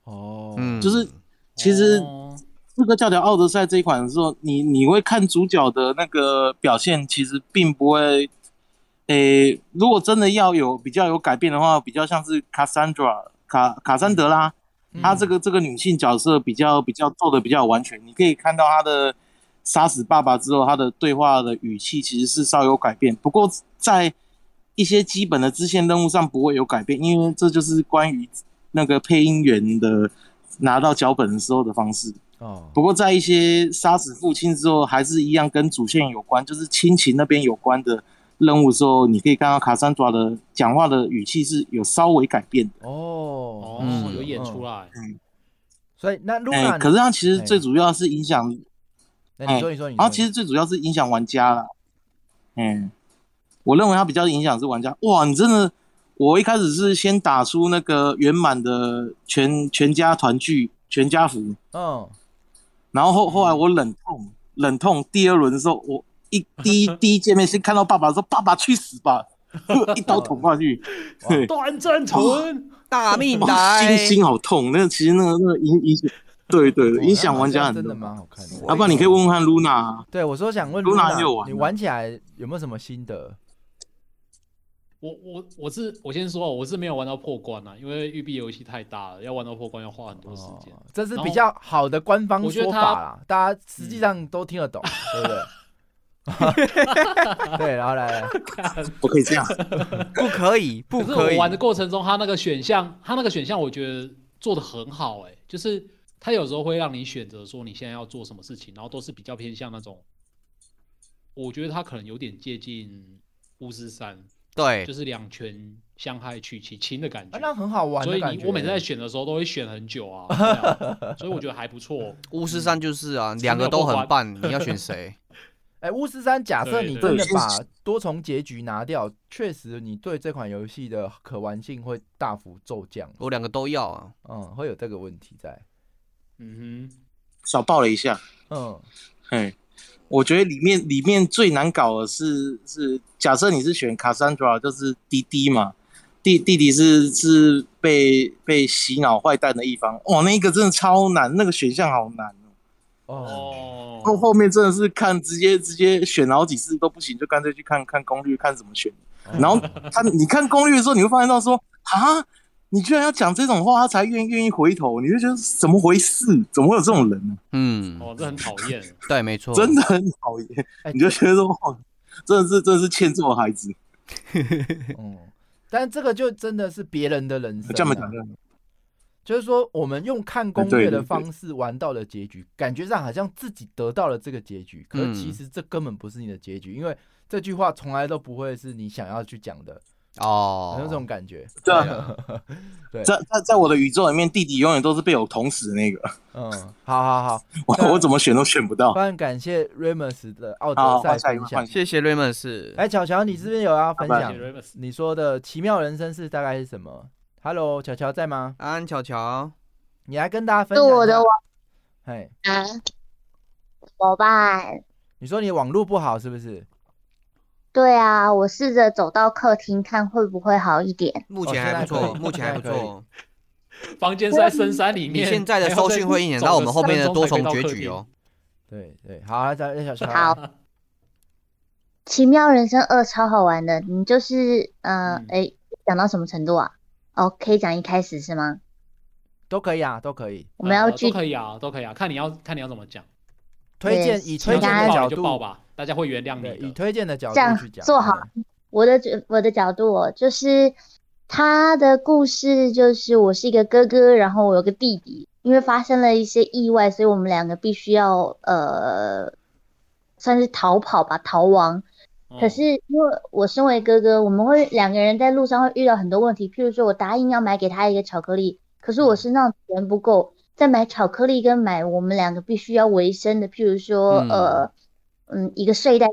Speaker 2: 哦，
Speaker 5: 嗯，
Speaker 10: 就是其实
Speaker 3: 哦
Speaker 10: 这个教条奥德赛这一款的时候，你你会看主角的那个表现，其实并不会，诶、如果真的要有比较有改变的话，比较像是卡珊德拉卡卡珊德拉她这个这个女性角色比较比较做的比较完全，你可以看到她的杀死爸爸之后，她的对话的语气其实是稍有改变，不过在一些基本的支线任务上不会有改变，因为这就是关于那个配音员的拿到脚本的时候的方式。
Speaker 2: 哦，
Speaker 10: 不过在一些杀死父亲之后，还是一样跟主线有关，就是亲情那边有关的任务之后，你可以看到卡珊抓的讲话的语气是有稍微改变的。
Speaker 2: 哦，
Speaker 3: 哦，有演出来，
Speaker 2: 所以那露
Speaker 10: 哎、
Speaker 2: 娜，
Speaker 10: 可是它其实
Speaker 2: 哎
Speaker 10: 最主要是影响，
Speaker 2: 那哎你说你说你说，
Speaker 10: 然后其实最主要是影响玩家啦。嗯，我认为它比较影响是玩家。哇，你真的，我一开始是先打出那个圆满的全全家团聚全家福，
Speaker 2: 嗯，
Speaker 10: 然后后后来我忍痛忍痛，第二轮的时候，我一 第一第一见面先看到爸爸说：“爸爸去死吧！”一刀捅下去，对，
Speaker 3: 段正淳，
Speaker 5: 大命
Speaker 10: 哇心
Speaker 5: 来，
Speaker 10: 心好痛。那个其实那个那个影影响，对对，
Speaker 2: 哦
Speaker 10: 对影响玩家
Speaker 2: 那好像
Speaker 10: 很
Speaker 2: 真的
Speaker 10: 多。
Speaker 2: 蛮好看的。
Speaker 10: 要不然你可以问问看 Luna，啊
Speaker 2: 对我说想问露
Speaker 10: Luna
Speaker 2: 娜
Speaker 10: 很有，玩
Speaker 2: 你
Speaker 10: 啊
Speaker 2: 玩起来有没有什么心得？
Speaker 3: 我我我是我先说哦，我是没有玩到破关啊，因为育碧游戏太大了，要玩到破关要花很多时间。
Speaker 2: 哦这是
Speaker 3: 然
Speaker 2: 比
Speaker 3: 后
Speaker 2: 较好的官方
Speaker 3: 我觉得
Speaker 2: 说
Speaker 3: 他嗯
Speaker 2: 法啦，大家实际上都听得懂，对不 对？对，然后来，来
Speaker 10: 我可以这样。
Speaker 5: 不可以，不
Speaker 3: 可是
Speaker 5: 可以
Speaker 3: 我。玩的过程中，它那个选项，它那个选项我觉得做的很好、欸，就是它有时候会让你选择说你现在要做什么事情，然后都是比较偏向那种，我觉得它可能有点接近巫师三，
Speaker 5: 对
Speaker 3: 就，是两全相害取其轻的感觉。
Speaker 2: 啊那很好玩
Speaker 3: 所
Speaker 2: 的
Speaker 3: 以
Speaker 2: 感
Speaker 3: 你
Speaker 2: 觉。
Speaker 3: 我每次在选的时候都会选很久 啊，对啊所以我觉得还不错。
Speaker 5: 巫师三就是啊，
Speaker 3: 嗯
Speaker 5: 两个都很棒，你要选谁？
Speaker 2: 哎，巫师三，假设
Speaker 3: 对
Speaker 2: 你
Speaker 3: 对
Speaker 2: 真的
Speaker 10: 对
Speaker 2: 把多重结局拿掉，确实你对这款游戏的可玩性会大幅骤降，
Speaker 5: 我两个都要啊。
Speaker 2: 嗯，会有这个问题在，
Speaker 3: 嗯哼，
Speaker 10: 小爆了一下。
Speaker 2: 嗯，
Speaker 10: 嘿，我觉得里面里面最难搞的是是，假设你是选卡珊拉，就是滴滴嘛，弟弟弟是是被被洗脑坏蛋的一方，哇，那一个真的超难，那个选项好难哦。
Speaker 2: 哦，
Speaker 3: 哦，
Speaker 10: 后后面真的是看直接直接选好几次都不行，就干脆去看看攻略，看怎么选。然后他你看攻略的时候，你会发现到说啊，你居然要讲这种话，他才愿愿意回头，你就觉得怎么回事？怎么会有这种人呢、
Speaker 5: 嗯，
Speaker 3: 哦，这很讨厌。
Speaker 5: 对，没错，
Speaker 10: 真的很讨厌。
Speaker 2: 哎
Speaker 10: 你就觉得说，哇真的是真的是欠揍的孩子，
Speaker 2: 嗯，但这个就真的是别人的人生啊，
Speaker 10: 这么讲的，
Speaker 2: 就是说，我们用看攻略的方式玩到了结局，感觉上好像自己得到了这个结局，可是
Speaker 10: 嗯
Speaker 2: 其实这根本不是你的结局，因为这句话从来都不会是你想要去讲的，好
Speaker 5: 哦
Speaker 2: 像，这种感觉。
Speaker 10: 对啊
Speaker 5: 啊，
Speaker 2: 对，
Speaker 10: 在在在我的宇宙里面，弟弟永远都是被我捅死的那个，
Speaker 2: 嗯，好好好，
Speaker 10: 我
Speaker 2: 对啊
Speaker 10: 我怎么选都选不到
Speaker 2: 非。常感谢 Remus 的奥
Speaker 10: 好，
Speaker 2: 德赛
Speaker 10: 换下一
Speaker 2: 分
Speaker 10: 位，
Speaker 2: 享
Speaker 10: 换。下一
Speaker 5: 谢谢 Raymond 是，
Speaker 2: 哎，巧巧，你这边有
Speaker 5: 嗯
Speaker 2: 要分
Speaker 3: 谢
Speaker 2: 享
Speaker 3: 谢 Remus
Speaker 2: 你说的奇妙人生是大概是什么？Hello，巧巧在吗？
Speaker 5: 安安巧巧，
Speaker 2: 你来跟大家分
Speaker 6: 是
Speaker 2: 享一下。
Speaker 6: 我的网
Speaker 2: 哎，
Speaker 6: 啊，怎么办？
Speaker 2: 你说你网络不好是不是？
Speaker 6: 对啊，我试着走到客厅看会不会好一点。
Speaker 5: 目
Speaker 2: 哦
Speaker 5: 前还不
Speaker 2: 现在
Speaker 5: 错，
Speaker 2: 可以
Speaker 5: 目前还不
Speaker 2: 现在可
Speaker 5: 错。
Speaker 3: 房间是在深山里
Speaker 5: 你
Speaker 3: 面，
Speaker 5: 现在的
Speaker 3: 还要
Speaker 5: 收
Speaker 3: 再
Speaker 5: 讯会影响
Speaker 3: 走
Speaker 5: 到我
Speaker 3: 个
Speaker 5: 们后面的
Speaker 3: 三分钟
Speaker 5: 多
Speaker 3: 才可以
Speaker 5: 重
Speaker 3: 到
Speaker 5: 结
Speaker 3: 客
Speaker 5: 局
Speaker 3: 厅
Speaker 5: 哦。。
Speaker 2: 对对，好，来来小乔。
Speaker 6: 好《奇妙人生二》超好玩的，你就是呃
Speaker 3: 嗯，
Speaker 6: 哎、讲到什么程度啊？哦，可以讲一开始是吗？
Speaker 2: 都可以啊，都可以。
Speaker 6: 我们要
Speaker 3: 呃
Speaker 6: 具
Speaker 3: 都可以啊，都可以啊，看你要看你要怎么讲，
Speaker 2: 推荐
Speaker 6: 对
Speaker 2: 以
Speaker 6: 请
Speaker 2: 推荐
Speaker 6: 大家
Speaker 2: 的
Speaker 3: 报
Speaker 2: 角
Speaker 3: 你就报
Speaker 2: 度，
Speaker 3: 吧，大家会原谅
Speaker 2: 对，以
Speaker 3: 你的。
Speaker 2: 推荐的角
Speaker 6: 这样
Speaker 2: 度去讲。嗯
Speaker 6: 做好我的角我的角度哦，就是他的故事就是我是一个哥哥，然后我有个弟弟，因为发生了一些意外，所以我们两个必须要呃，算是逃跑吧，逃亡。可是因为我身为哥哥，我们会两个人在路上会遇到很多问题，譬如说我答应要买给他一个巧克力，可是我身上钱不够，在买巧克力跟买我们两个必须要维生的，譬如说
Speaker 5: 嗯
Speaker 6: 呃，嗯，一个睡袋，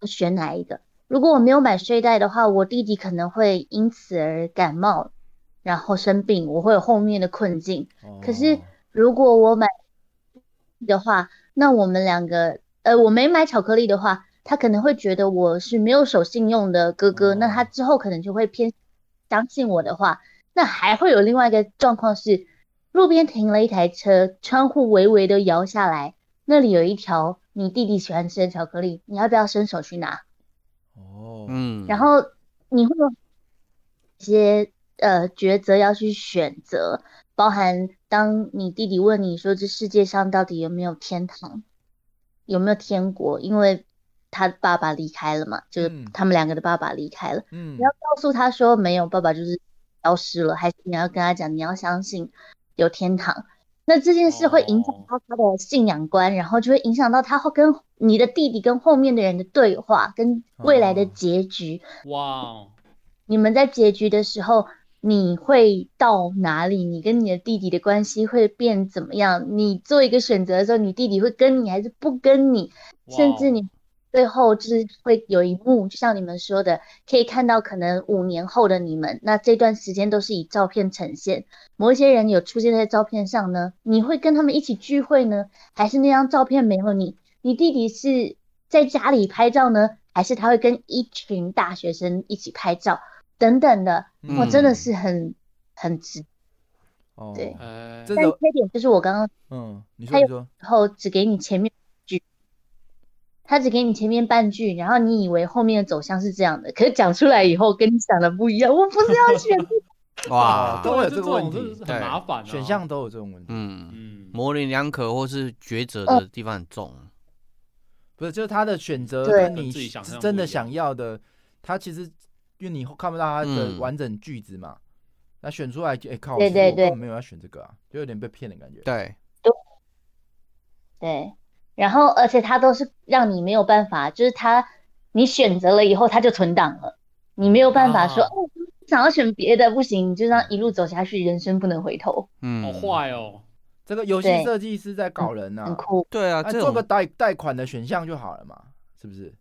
Speaker 6: 我选哪一个？如果我没有买睡袋的话，我弟弟可能会因此而感冒，然后生病，我会有后面的困境。
Speaker 2: 哦
Speaker 6: 可是如果我买的话，那我们两个，呃，我没买巧克力的话，他可能会觉得我是没有守信用的哥哥，
Speaker 2: 哦
Speaker 6: 那他之后可能就会偏相信我的话。那还会有另外一个状况是，路边停了一台车，窗户微微的摇下来，那里有一条你弟弟喜欢吃的巧克力，你要不要伸手去拿？
Speaker 2: 哦，
Speaker 5: 嗯，
Speaker 6: 然后你会有一些呃抉择要去选择，包含当你弟弟问你说这世界上到底有没有天堂，有没有天国，因为他爸爸离开了嘛，就是
Speaker 2: 嗯
Speaker 6: 他们两个的爸爸离开了，
Speaker 2: 嗯
Speaker 6: 你要告诉他说没有，爸爸就是消失了，还是你要跟他讲你要相信有天堂？那这件事会影响
Speaker 3: 哦
Speaker 6: 到他的信仰观，然后就会影响到他后跟你的弟弟跟后面的人的对话，跟未来的
Speaker 2: 哦
Speaker 6: 结局。
Speaker 3: 哇哦，
Speaker 6: 你们在结局的时候，你会到哪里？你跟你的弟弟的关系会变怎么样？你做一个选择的时候，你弟弟会跟你还是不跟你？
Speaker 3: 哇
Speaker 6: 甚至
Speaker 3: 哦
Speaker 6: 你最后就是会有一幕，就像你们说的，可以看到可能五年后的你们，那这段时间都是以照片呈现。某一些人有出现在照片上呢，你会跟他们一起聚会呢，还是那张照片没有你？你弟弟是在家里拍照呢，还是他会跟一群大学生一起拍照等等的？我真的
Speaker 5: 嗯
Speaker 6: 是很很值。
Speaker 2: 哦，
Speaker 6: 对
Speaker 3: 哎
Speaker 2: 这
Speaker 6: 但
Speaker 2: 种
Speaker 6: 缺点就是我刚刚
Speaker 2: 嗯，你
Speaker 6: 还有
Speaker 2: 说你说，
Speaker 6: 然后只给你前面句，他只给你前面半句，然后你以为后面的走向是这样的，可是讲出来以后跟你想的不一样。我不是要选
Speaker 5: 哇，
Speaker 2: 啊都
Speaker 3: 对
Speaker 2: 会有
Speaker 3: 就
Speaker 2: 这个
Speaker 3: 种
Speaker 2: 问题
Speaker 3: 真的是
Speaker 5: 对
Speaker 3: 很麻烦啊。
Speaker 2: 选项都有这种问题，
Speaker 5: 嗯，
Speaker 3: 嗯，
Speaker 5: 模棱两可或是抉择的地方很重。
Speaker 2: 不是就是他的选择
Speaker 6: 对
Speaker 2: 跟你
Speaker 3: 跟自己想象不一样
Speaker 2: 真的想要的，他其实因为你看不到他的
Speaker 5: 嗯
Speaker 2: 完整句子嘛，那选出来就哎靠，
Speaker 6: 对
Speaker 2: 是
Speaker 6: 对
Speaker 2: 我
Speaker 6: 对
Speaker 2: 根本没有要选这个啊，就有点被骗的感觉。
Speaker 5: 对，
Speaker 6: 对，然后而且他都是让你没有办法，就是他你选择了以后他就存档了，你没有办法说、
Speaker 3: 啊
Speaker 6: 哦想要选别的不行，你就这样一路走下去，人生不能回头，
Speaker 5: 嗯，
Speaker 3: 好坏哦，
Speaker 2: 这个游戏
Speaker 6: 对
Speaker 2: 设计师在搞人呐、
Speaker 6: 很酷。
Speaker 5: 对啊，
Speaker 2: 啊，
Speaker 5: 这
Speaker 2: 做个
Speaker 5: 种
Speaker 2: 贷贷款的选项就好了嘛，是不是？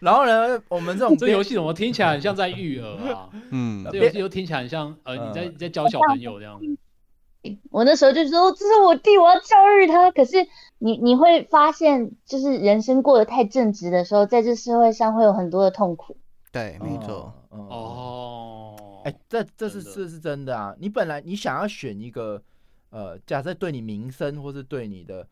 Speaker 2: 然后呢，我们这 种
Speaker 3: 这
Speaker 2: 编
Speaker 3: 游戏怎么听起来很像在育儿啊？
Speaker 5: 嗯
Speaker 3: 这游戏又听起来很像呃
Speaker 2: 嗯
Speaker 3: 你在你在教小朋友这样子。
Speaker 6: 我那时候就说这是我弟，我要教育他。可是你你会发现，就是人生过得太正直的时候，在这社会上会有很多的痛苦。
Speaker 5: 对，没错，，
Speaker 2: 嗯嗯
Speaker 3: 哦，
Speaker 2: 哎、这这是
Speaker 3: 真的
Speaker 2: 这是真的啊！你本来你想要选一个，呃，假设对你名声或是对你的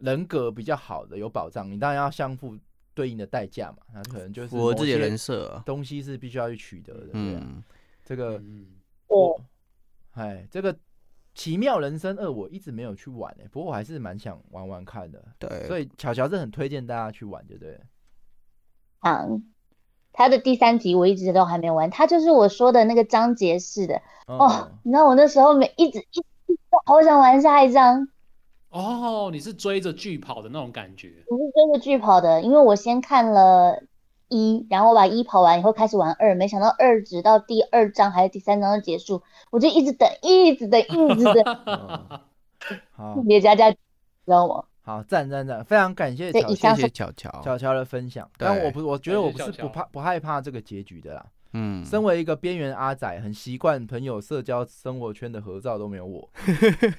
Speaker 2: 人格比较好的有保障，你当然要相付对应的代价嘛。那可能就是
Speaker 5: 符合自己的
Speaker 2: 某些
Speaker 5: 人设啊。
Speaker 2: 东西是必须要去取得的。对啊、
Speaker 5: 嗯，
Speaker 2: 这个
Speaker 3: 嗯，
Speaker 2: 我，哎，这个奇妙人生二我一直没有去玩哎、不过我还是蛮想玩玩看的。
Speaker 5: 对，
Speaker 2: 所以巧巧是很推荐大家去玩，对不对了？
Speaker 6: 嗯，他的第三集我一直都还没完，他就是我说的那个章节式的。哦，你知道我那时候每一直一直一直都好想玩下一章，
Speaker 3: 哦，你是追着剧跑的那种感觉。
Speaker 6: 我是追着剧跑的，因为我先看了一，然后我把一跑完以后开始玩二，没想到二直到第二章还是第三章就结束，我就一直等，一直等，一直等。
Speaker 2: 嗯好
Speaker 6: 特别加加，你知道吗？
Speaker 2: 好赞赞赞！非常感谢
Speaker 6: 对
Speaker 2: 巧
Speaker 6: 以
Speaker 2: 巧。
Speaker 6: 上
Speaker 5: 谢谢巧巧。
Speaker 2: 小乔的分享，
Speaker 5: 对
Speaker 2: 但我不，我觉得我不是
Speaker 3: 感谢小
Speaker 2: 不
Speaker 3: 乔
Speaker 2: 怕不害怕这个结局的啦。
Speaker 5: 嗯，
Speaker 2: 身为一个边缘阿仔，很习惯朋友社交生活圈的合照都没有 我，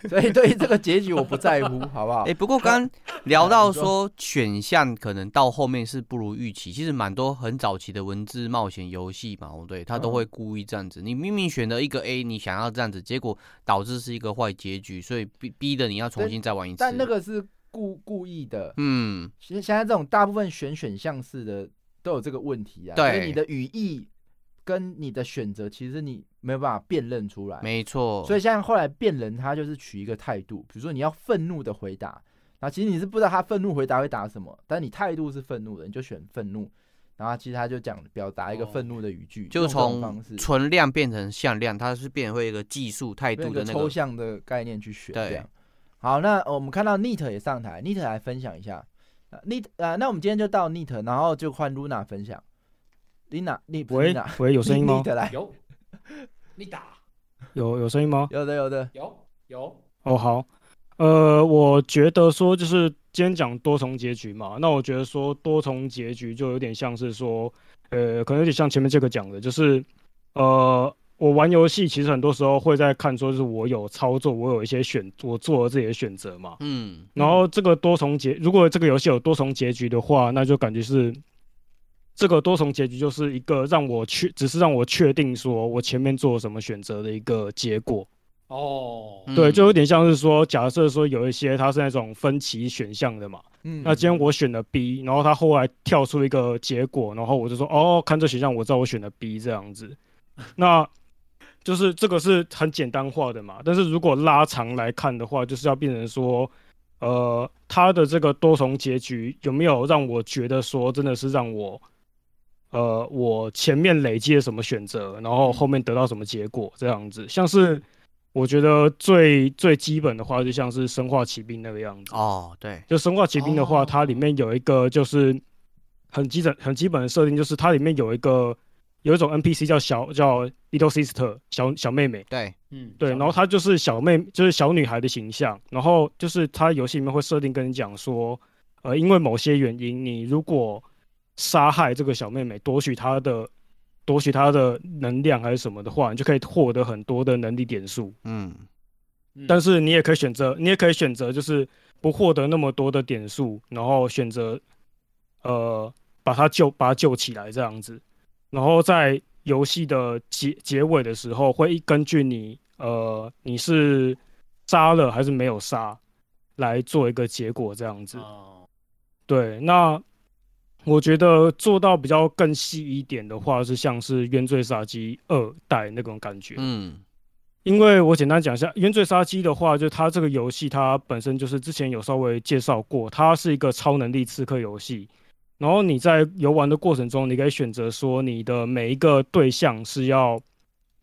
Speaker 2: 所以对于这个结局我不在乎，好不好
Speaker 5: 哎、？不过刚聊
Speaker 2: 哎
Speaker 5: 到
Speaker 2: 你说
Speaker 5: 说选项可能到后面是不如预期，其实蛮多很早期的文字冒险游戏嘛，哦对，他
Speaker 2: 嗯
Speaker 5: 都会故意这样子。你明明选了一个 A，你想要这样子，结果导致是一个坏结局，所以逼逼的你要重
Speaker 2: 但
Speaker 5: 新再玩一次。
Speaker 2: 但那，个是故故意的。
Speaker 5: 嗯，
Speaker 2: 其实现在这种大部分选选项式的都有这个问题啊，
Speaker 5: 对
Speaker 2: 所以你的语义跟你的选择，其实你没有办法辨认出来。
Speaker 5: 没错，
Speaker 2: 所以像后来辩人，他就是取一个态度，比如说你要愤怒的回答，那其实你是不知道他愤怒回答会答什么，但你态度是愤怒的，你就选愤怒。然后其实他就讲表达一个
Speaker 3: 哦
Speaker 2: 愤怒的语句，
Speaker 5: 就
Speaker 2: 用这种
Speaker 5: 从
Speaker 2: 方式
Speaker 5: 存量变成向量，它是变会一个技术态
Speaker 2: 用
Speaker 5: 度
Speaker 2: 一
Speaker 5: 的
Speaker 2: 个
Speaker 5: 那
Speaker 2: 抽
Speaker 5: 个。
Speaker 2: 象的概念去选。
Speaker 5: 对
Speaker 2: 这样。好，那呃我们看到 Neat 也上台，Neat 来分享一下。呃 Neat 啊、那我们今天就到 Neat，然后就换 Luna 分享。Luna，你不是
Speaker 11: 喂
Speaker 2: Luna，
Speaker 11: 喂，有声音吗？
Speaker 2: ？Neat 来，
Speaker 3: 有，你打
Speaker 11: 有有声音吗？
Speaker 2: 有的有的，
Speaker 3: 有有，
Speaker 11: 哦，好，呃，我觉得说就是今天讲多重结局嘛，那我觉得说多重结局就有点像是说，呃，可能有点像前面这个讲的，就是，呃，我玩游戏其实很多时候会在看说，就是我有操作，我有一些选，我做了自己的选择嘛，
Speaker 5: 嗯，
Speaker 11: 然后这个多重结，如果这个游戏有多重结局的话，那就感觉是这个多重结局就是一个让我确，只是让我确定说我前面做了什么选择的一个结果。
Speaker 3: 哦，
Speaker 5: 嗯
Speaker 11: 对，就有点像是说，假设说有一些它是那种分歧选项的嘛，
Speaker 2: 嗯，
Speaker 11: 那今天我选了 B，然后它后来跳出一个结果，然后我就说，哦，看这选项，我知道我选了 B 这样子。那就是这个是很简单化的嘛。但是如果拉长来看的话，就是要变成说，呃，他的这个多重结局有没有让我觉得说，真的是让我，呃，我前面累积了什么选择，然后后面得到什么结果这样子，像是。我觉得最最基本的话，就像是《生化奇兵》那个样子
Speaker 5: 哦，对，哦
Speaker 11: 就《生化奇兵》的话，它里面有一个就是很基本、很基本的设定，就是它里面有一个有一种 NPC 叫小叫 Little Sister 小小妹妹，
Speaker 5: 对，
Speaker 3: 嗯，
Speaker 11: 对，然后她就是小妹，就是小女孩的形象，然后就是它游戏里面会设定跟你讲说，呃，因为某些原因，你如果杀害这个小妹妹，夺取她的夺取她的能量还是什么的话，你就可以获得很多的能力点数。
Speaker 5: 嗯，
Speaker 11: 但是你也可以选择，你也可以选择，就是不获得那么多的点数，然后选择呃把它救把它救起来这样子。然后在游戏的结结尾的时候，会根据你呃你是杀了还是没有杀来做一个结果这样子。
Speaker 5: 哦
Speaker 11: 对，那我觉得做到比较更细一点的话，是像是《冤罪杀机二代》那种感觉。
Speaker 5: 嗯，
Speaker 11: 因为我简单讲一下《原罪杀机》的话，就它这个游戏它本身就是之前有稍微介绍过，它是一个超能力刺客游戏。然后你在游玩的过程中，你可以选择说你的每一个对象是要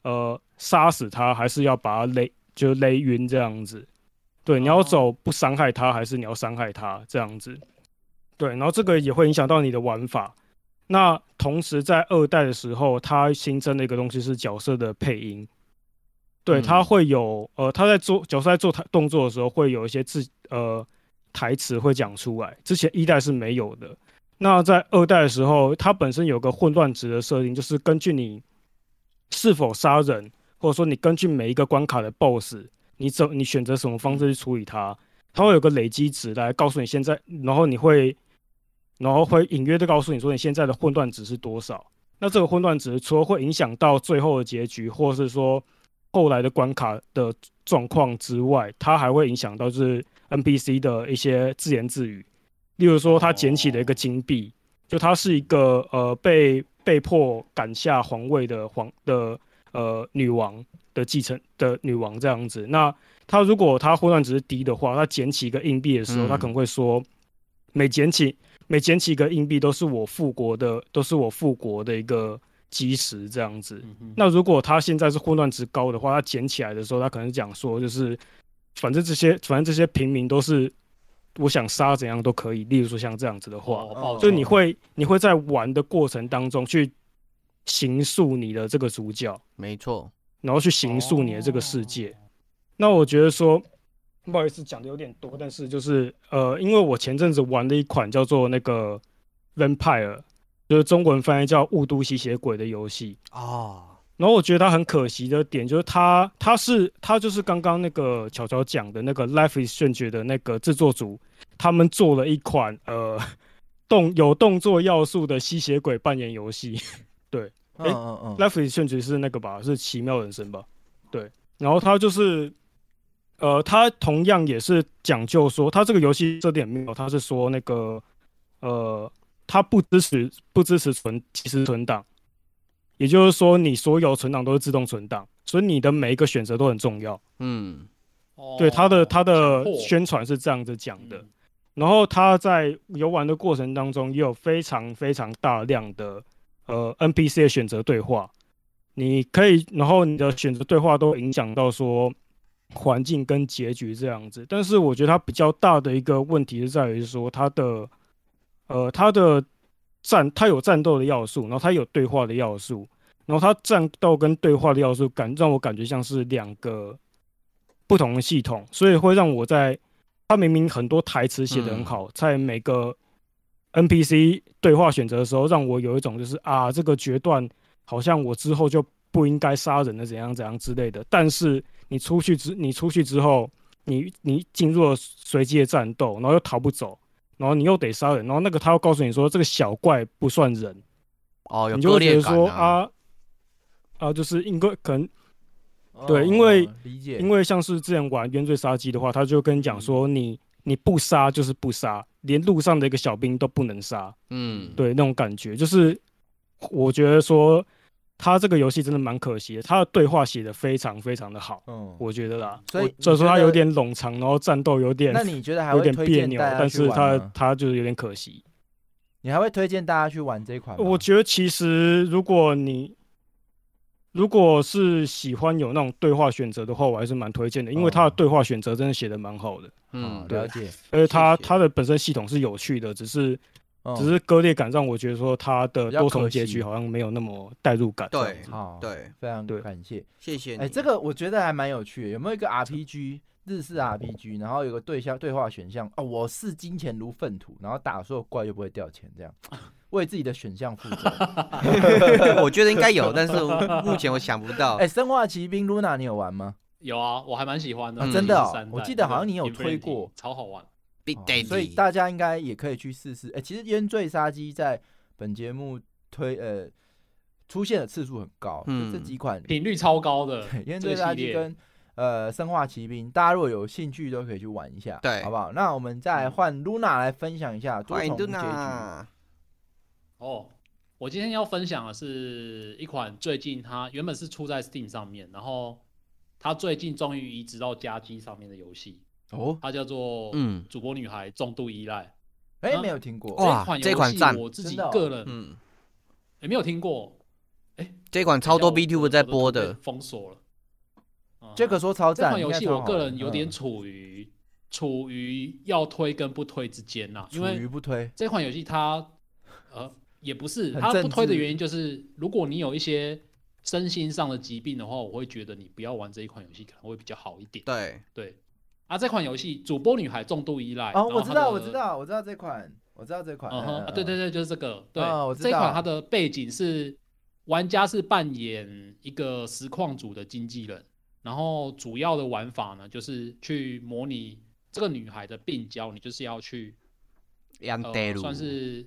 Speaker 11: 呃杀死他，还是要把他勒就勒晕这样子。对，你要走不伤害他，还是你要伤害他这样子。对，然后这个也会影响到你的玩法。那同时在二代的时候，它新增了一个东西是角色的配音。对，它会有呃，他在做角色在做动作的时候，会有一些字呃台词会讲出来，之前一代是没有的。那在二代的时候，它本身有个混乱值的设定，就是根据你是否杀人，或者说你根据每一个关卡的 BOSS，你怎你选择什么方式去处理它，它会有个累积值来告诉你现在，然后你会，然后会隐约的告诉你说你现在的混乱值是多少。那这个混乱值除了会影响到最后的结局，或是说后来的关卡的状况之外，它还会影响到就是 NPC 的一些自言自语，例如说他捡起了一个金币，就他是一个呃被被迫赶下皇位的皇的呃女王的继承的女王这样子。那他如果他混乱值是低的话，他捡起一个硬币的时候，
Speaker 5: 嗯
Speaker 11: 他可能会说，每捡起每捡起一个硬币都是我复国的，都是我复国的一个基石这样子。那如果他现在是混乱值高的话，他捡起来的时候，他可能讲说就是，反正这些反正这些平民都是我想杀怎样都可以，例如说像这样子的话，
Speaker 3: 哦
Speaker 11: 就你会你会在玩的过程当中去形塑你的这个主角，
Speaker 5: 没错，
Speaker 11: 然后去形塑你的这个世界。那我觉得说，不好意思讲的有点多，但是就是呃，因为我前阵子玩了一款叫做那个《Vampire》，就是中文翻译叫《雾都吸血鬼》的游戏。
Speaker 5: 哦，
Speaker 11: 然后我觉得它很可惜的点就是它，它是它就是刚刚那个巧巧讲的那个《Life is Strange》的那个制作组，他们做了一款呃动有动作要素的吸血鬼扮演游戏。 对，
Speaker 2: 嗯
Speaker 11: 诶
Speaker 2: 嗯嗯
Speaker 11: Life is Strange 是那个吧？是奇妙人生吧？对，然后它就是，呃，它同样也是讲究说，它这个游戏设定很妙，它是说那个，呃，它不支持不支持存即时存档，也就是说你所有存档都是自动存档，所以你的每一个选择都很重要。
Speaker 5: 嗯，
Speaker 11: 对它的它的
Speaker 3: 哦强迫嗯
Speaker 11: 宣传是这样子讲的。然后它在游玩的过程当中，也有非常非常大量的呃 NPC 的选择对话，你可以，然后你的选择对话都影响到说环境跟结局这样子。但是我觉得它比较大的一个问题是在于说它的呃它的战，它有战斗的要素，然后它有对话的要素，然后它战斗跟对话的要素感让我感觉像是两个不同的系统，所以会让我在它明明很多台词写得很好，在每个 NPC 对话选择的时候，让我有一种就是啊，这个决断好像我之后就不应该杀人了，怎样怎样之类的。但是你出去之你出去之后，你你进入了随机的战斗，然后又逃不走，然后你又得杀人，然后那个他又告诉你说这个小怪不算人，
Speaker 5: 哦，有
Speaker 11: 你就
Speaker 5: 割
Speaker 11: 会觉
Speaker 5: 裂
Speaker 11: 得
Speaker 5: 感
Speaker 11: 说
Speaker 5: 啊，
Speaker 11: 啊啊，就是应该可能
Speaker 2: 哦
Speaker 11: 对，因为
Speaker 2: 理解，嗯
Speaker 11: 因为像是之前玩《原罪杀机》的话，他就跟你讲说你你不杀就是不杀，连路上的一个小兵都不能杀，
Speaker 5: 嗯，
Speaker 11: 对那种感觉，就是我觉得说他这个游戏真的蛮可惜的，他的对话写的非常非常的好，
Speaker 2: 嗯，
Speaker 11: 我觉得啦，
Speaker 2: 所以
Speaker 11: 我
Speaker 2: 你
Speaker 11: 虽然说
Speaker 2: 觉
Speaker 11: 他
Speaker 2: 得
Speaker 11: 有点冗长，然后战斗有点，
Speaker 2: 那你觉得还
Speaker 11: 有
Speaker 2: 会
Speaker 11: 点
Speaker 2: 推
Speaker 11: 别
Speaker 2: 荐
Speaker 11: 扭，
Speaker 2: 大家
Speaker 11: 但
Speaker 2: 去
Speaker 11: 是
Speaker 2: 玩
Speaker 11: 他
Speaker 2: 吗
Speaker 11: 他就是有点可惜。
Speaker 2: 你还会推荐大家去玩这一款吗？
Speaker 11: 我觉得其实如果你如果是喜欢有那种对话选择的话，我还是蛮推荐的，因为它的对话选择真的写的蛮好的，
Speaker 5: 嗯，
Speaker 11: 对
Speaker 2: 了解，
Speaker 11: 而且它它的本身系统是有趣的，只是
Speaker 2: 嗯
Speaker 11: 只是割裂感让我觉得说它的
Speaker 2: 比较
Speaker 11: 多重
Speaker 2: 可
Speaker 11: 结
Speaker 2: 惜
Speaker 11: 局好像没有那么代入感。这样
Speaker 5: 对
Speaker 11: 子
Speaker 2: 好，
Speaker 5: 对，
Speaker 2: 非常
Speaker 11: 对
Speaker 2: 感谢。
Speaker 5: 谢谢你。
Speaker 2: 哎，这个我觉得还蛮有趣的，有没有一个 RPG 日式 RPG，然后有个对象对话选项哦，我视金钱如粪土，然后打所有怪就不会掉钱，这 样为自己的选项负责。
Speaker 5: 我觉得应该有，但是目前我想不到。
Speaker 2: 哎，生化奇兵 Luna 你有玩吗？
Speaker 3: 有啊，我还蛮喜欢的，
Speaker 2: 啊
Speaker 3: 尤
Speaker 2: 真
Speaker 3: 其
Speaker 2: 的
Speaker 3: 是
Speaker 2: 哦
Speaker 3: 三
Speaker 2: 我
Speaker 3: 代
Speaker 2: 记得
Speaker 3: 那
Speaker 2: 好
Speaker 3: 个
Speaker 2: 像你有
Speaker 3: Infinity，
Speaker 2: 推过
Speaker 3: 超好玩。
Speaker 5: Big
Speaker 2: 哦
Speaker 5: Daddy，
Speaker 2: 所以大家应该也可以去试试。哎、其实烟醉杀鸡在本节目推呃出现的次数很高，
Speaker 5: 嗯
Speaker 2: 就这几款
Speaker 3: 频率超高的
Speaker 2: 烟
Speaker 3: 这
Speaker 2: 醉
Speaker 3: 个
Speaker 2: 杀
Speaker 3: 系
Speaker 2: 鸡
Speaker 3: 列，
Speaker 2: 跟呃生化奇兵，大家如果有兴趣都可以去玩一下，
Speaker 5: 对
Speaker 2: 好不好？那我们再
Speaker 3: 嗯
Speaker 2: 来换 Luna 来分享一下多
Speaker 5: 欢迎
Speaker 2: 重结局。
Speaker 5: Duna，
Speaker 3: 哦，我今天要分享的是一款最近它原本是出在 Steam 上面，然后它最近终于移植到家机上面的游戏，
Speaker 2: 哦，
Speaker 3: 它叫做
Speaker 5: 嗯
Speaker 3: 《主播女孩重度依赖
Speaker 2: 哎、
Speaker 3: 啊
Speaker 2: 没有听过，
Speaker 5: 哦哇》
Speaker 3: 这
Speaker 5: 这款
Speaker 3: 游
Speaker 5: 赞
Speaker 3: 戏，我自己
Speaker 2: 真的哦
Speaker 3: 个人
Speaker 5: 嗯，
Speaker 3: 也没有听过，
Speaker 5: 这款超多
Speaker 3: 等一下
Speaker 5: BTU
Speaker 3: 我
Speaker 5: 在
Speaker 3: 我的图
Speaker 5: 播
Speaker 3: 被
Speaker 5: 的，
Speaker 3: 封锁了。嗯
Speaker 2: 这个说超
Speaker 3: 这
Speaker 2: 赞，
Speaker 3: 款游
Speaker 2: 应
Speaker 3: 戏
Speaker 2: 该超
Speaker 3: 我
Speaker 2: 好
Speaker 3: 个
Speaker 2: 玩
Speaker 3: 人有点
Speaker 2: 嗯
Speaker 3: 处于处于要推跟不推之间呐、因
Speaker 2: 处于
Speaker 3: 为
Speaker 2: 不推，
Speaker 3: 这款游戏它呃也不是
Speaker 2: 很
Speaker 3: 它不
Speaker 2: 政
Speaker 3: 推的
Speaker 2: 治
Speaker 3: 原因就是，如果你有一些身心上的疾病的话，我会觉得你不要玩这一款游戏可能会比较好一点。
Speaker 5: 对，
Speaker 3: 对，啊，这款游戏主播女孩重度依赖
Speaker 2: 哦，
Speaker 3: 然
Speaker 2: 我
Speaker 3: 后
Speaker 2: 知
Speaker 3: 它
Speaker 2: 道，
Speaker 3: 的
Speaker 2: 我知道，我知道这款，我知道这款，
Speaker 3: 嗯哼，啊
Speaker 2: 嗯
Speaker 3: 对对，对，就是这个。对，
Speaker 2: 啊我知
Speaker 3: 这一
Speaker 2: 道
Speaker 3: 款它的背景是玩家是扮演一个实况组的经纪人，然后主要的玩法呢就是去模拟这个女孩的病娇，你就是要去
Speaker 5: 杨德
Speaker 3: 呃
Speaker 5: 鲁
Speaker 3: 算是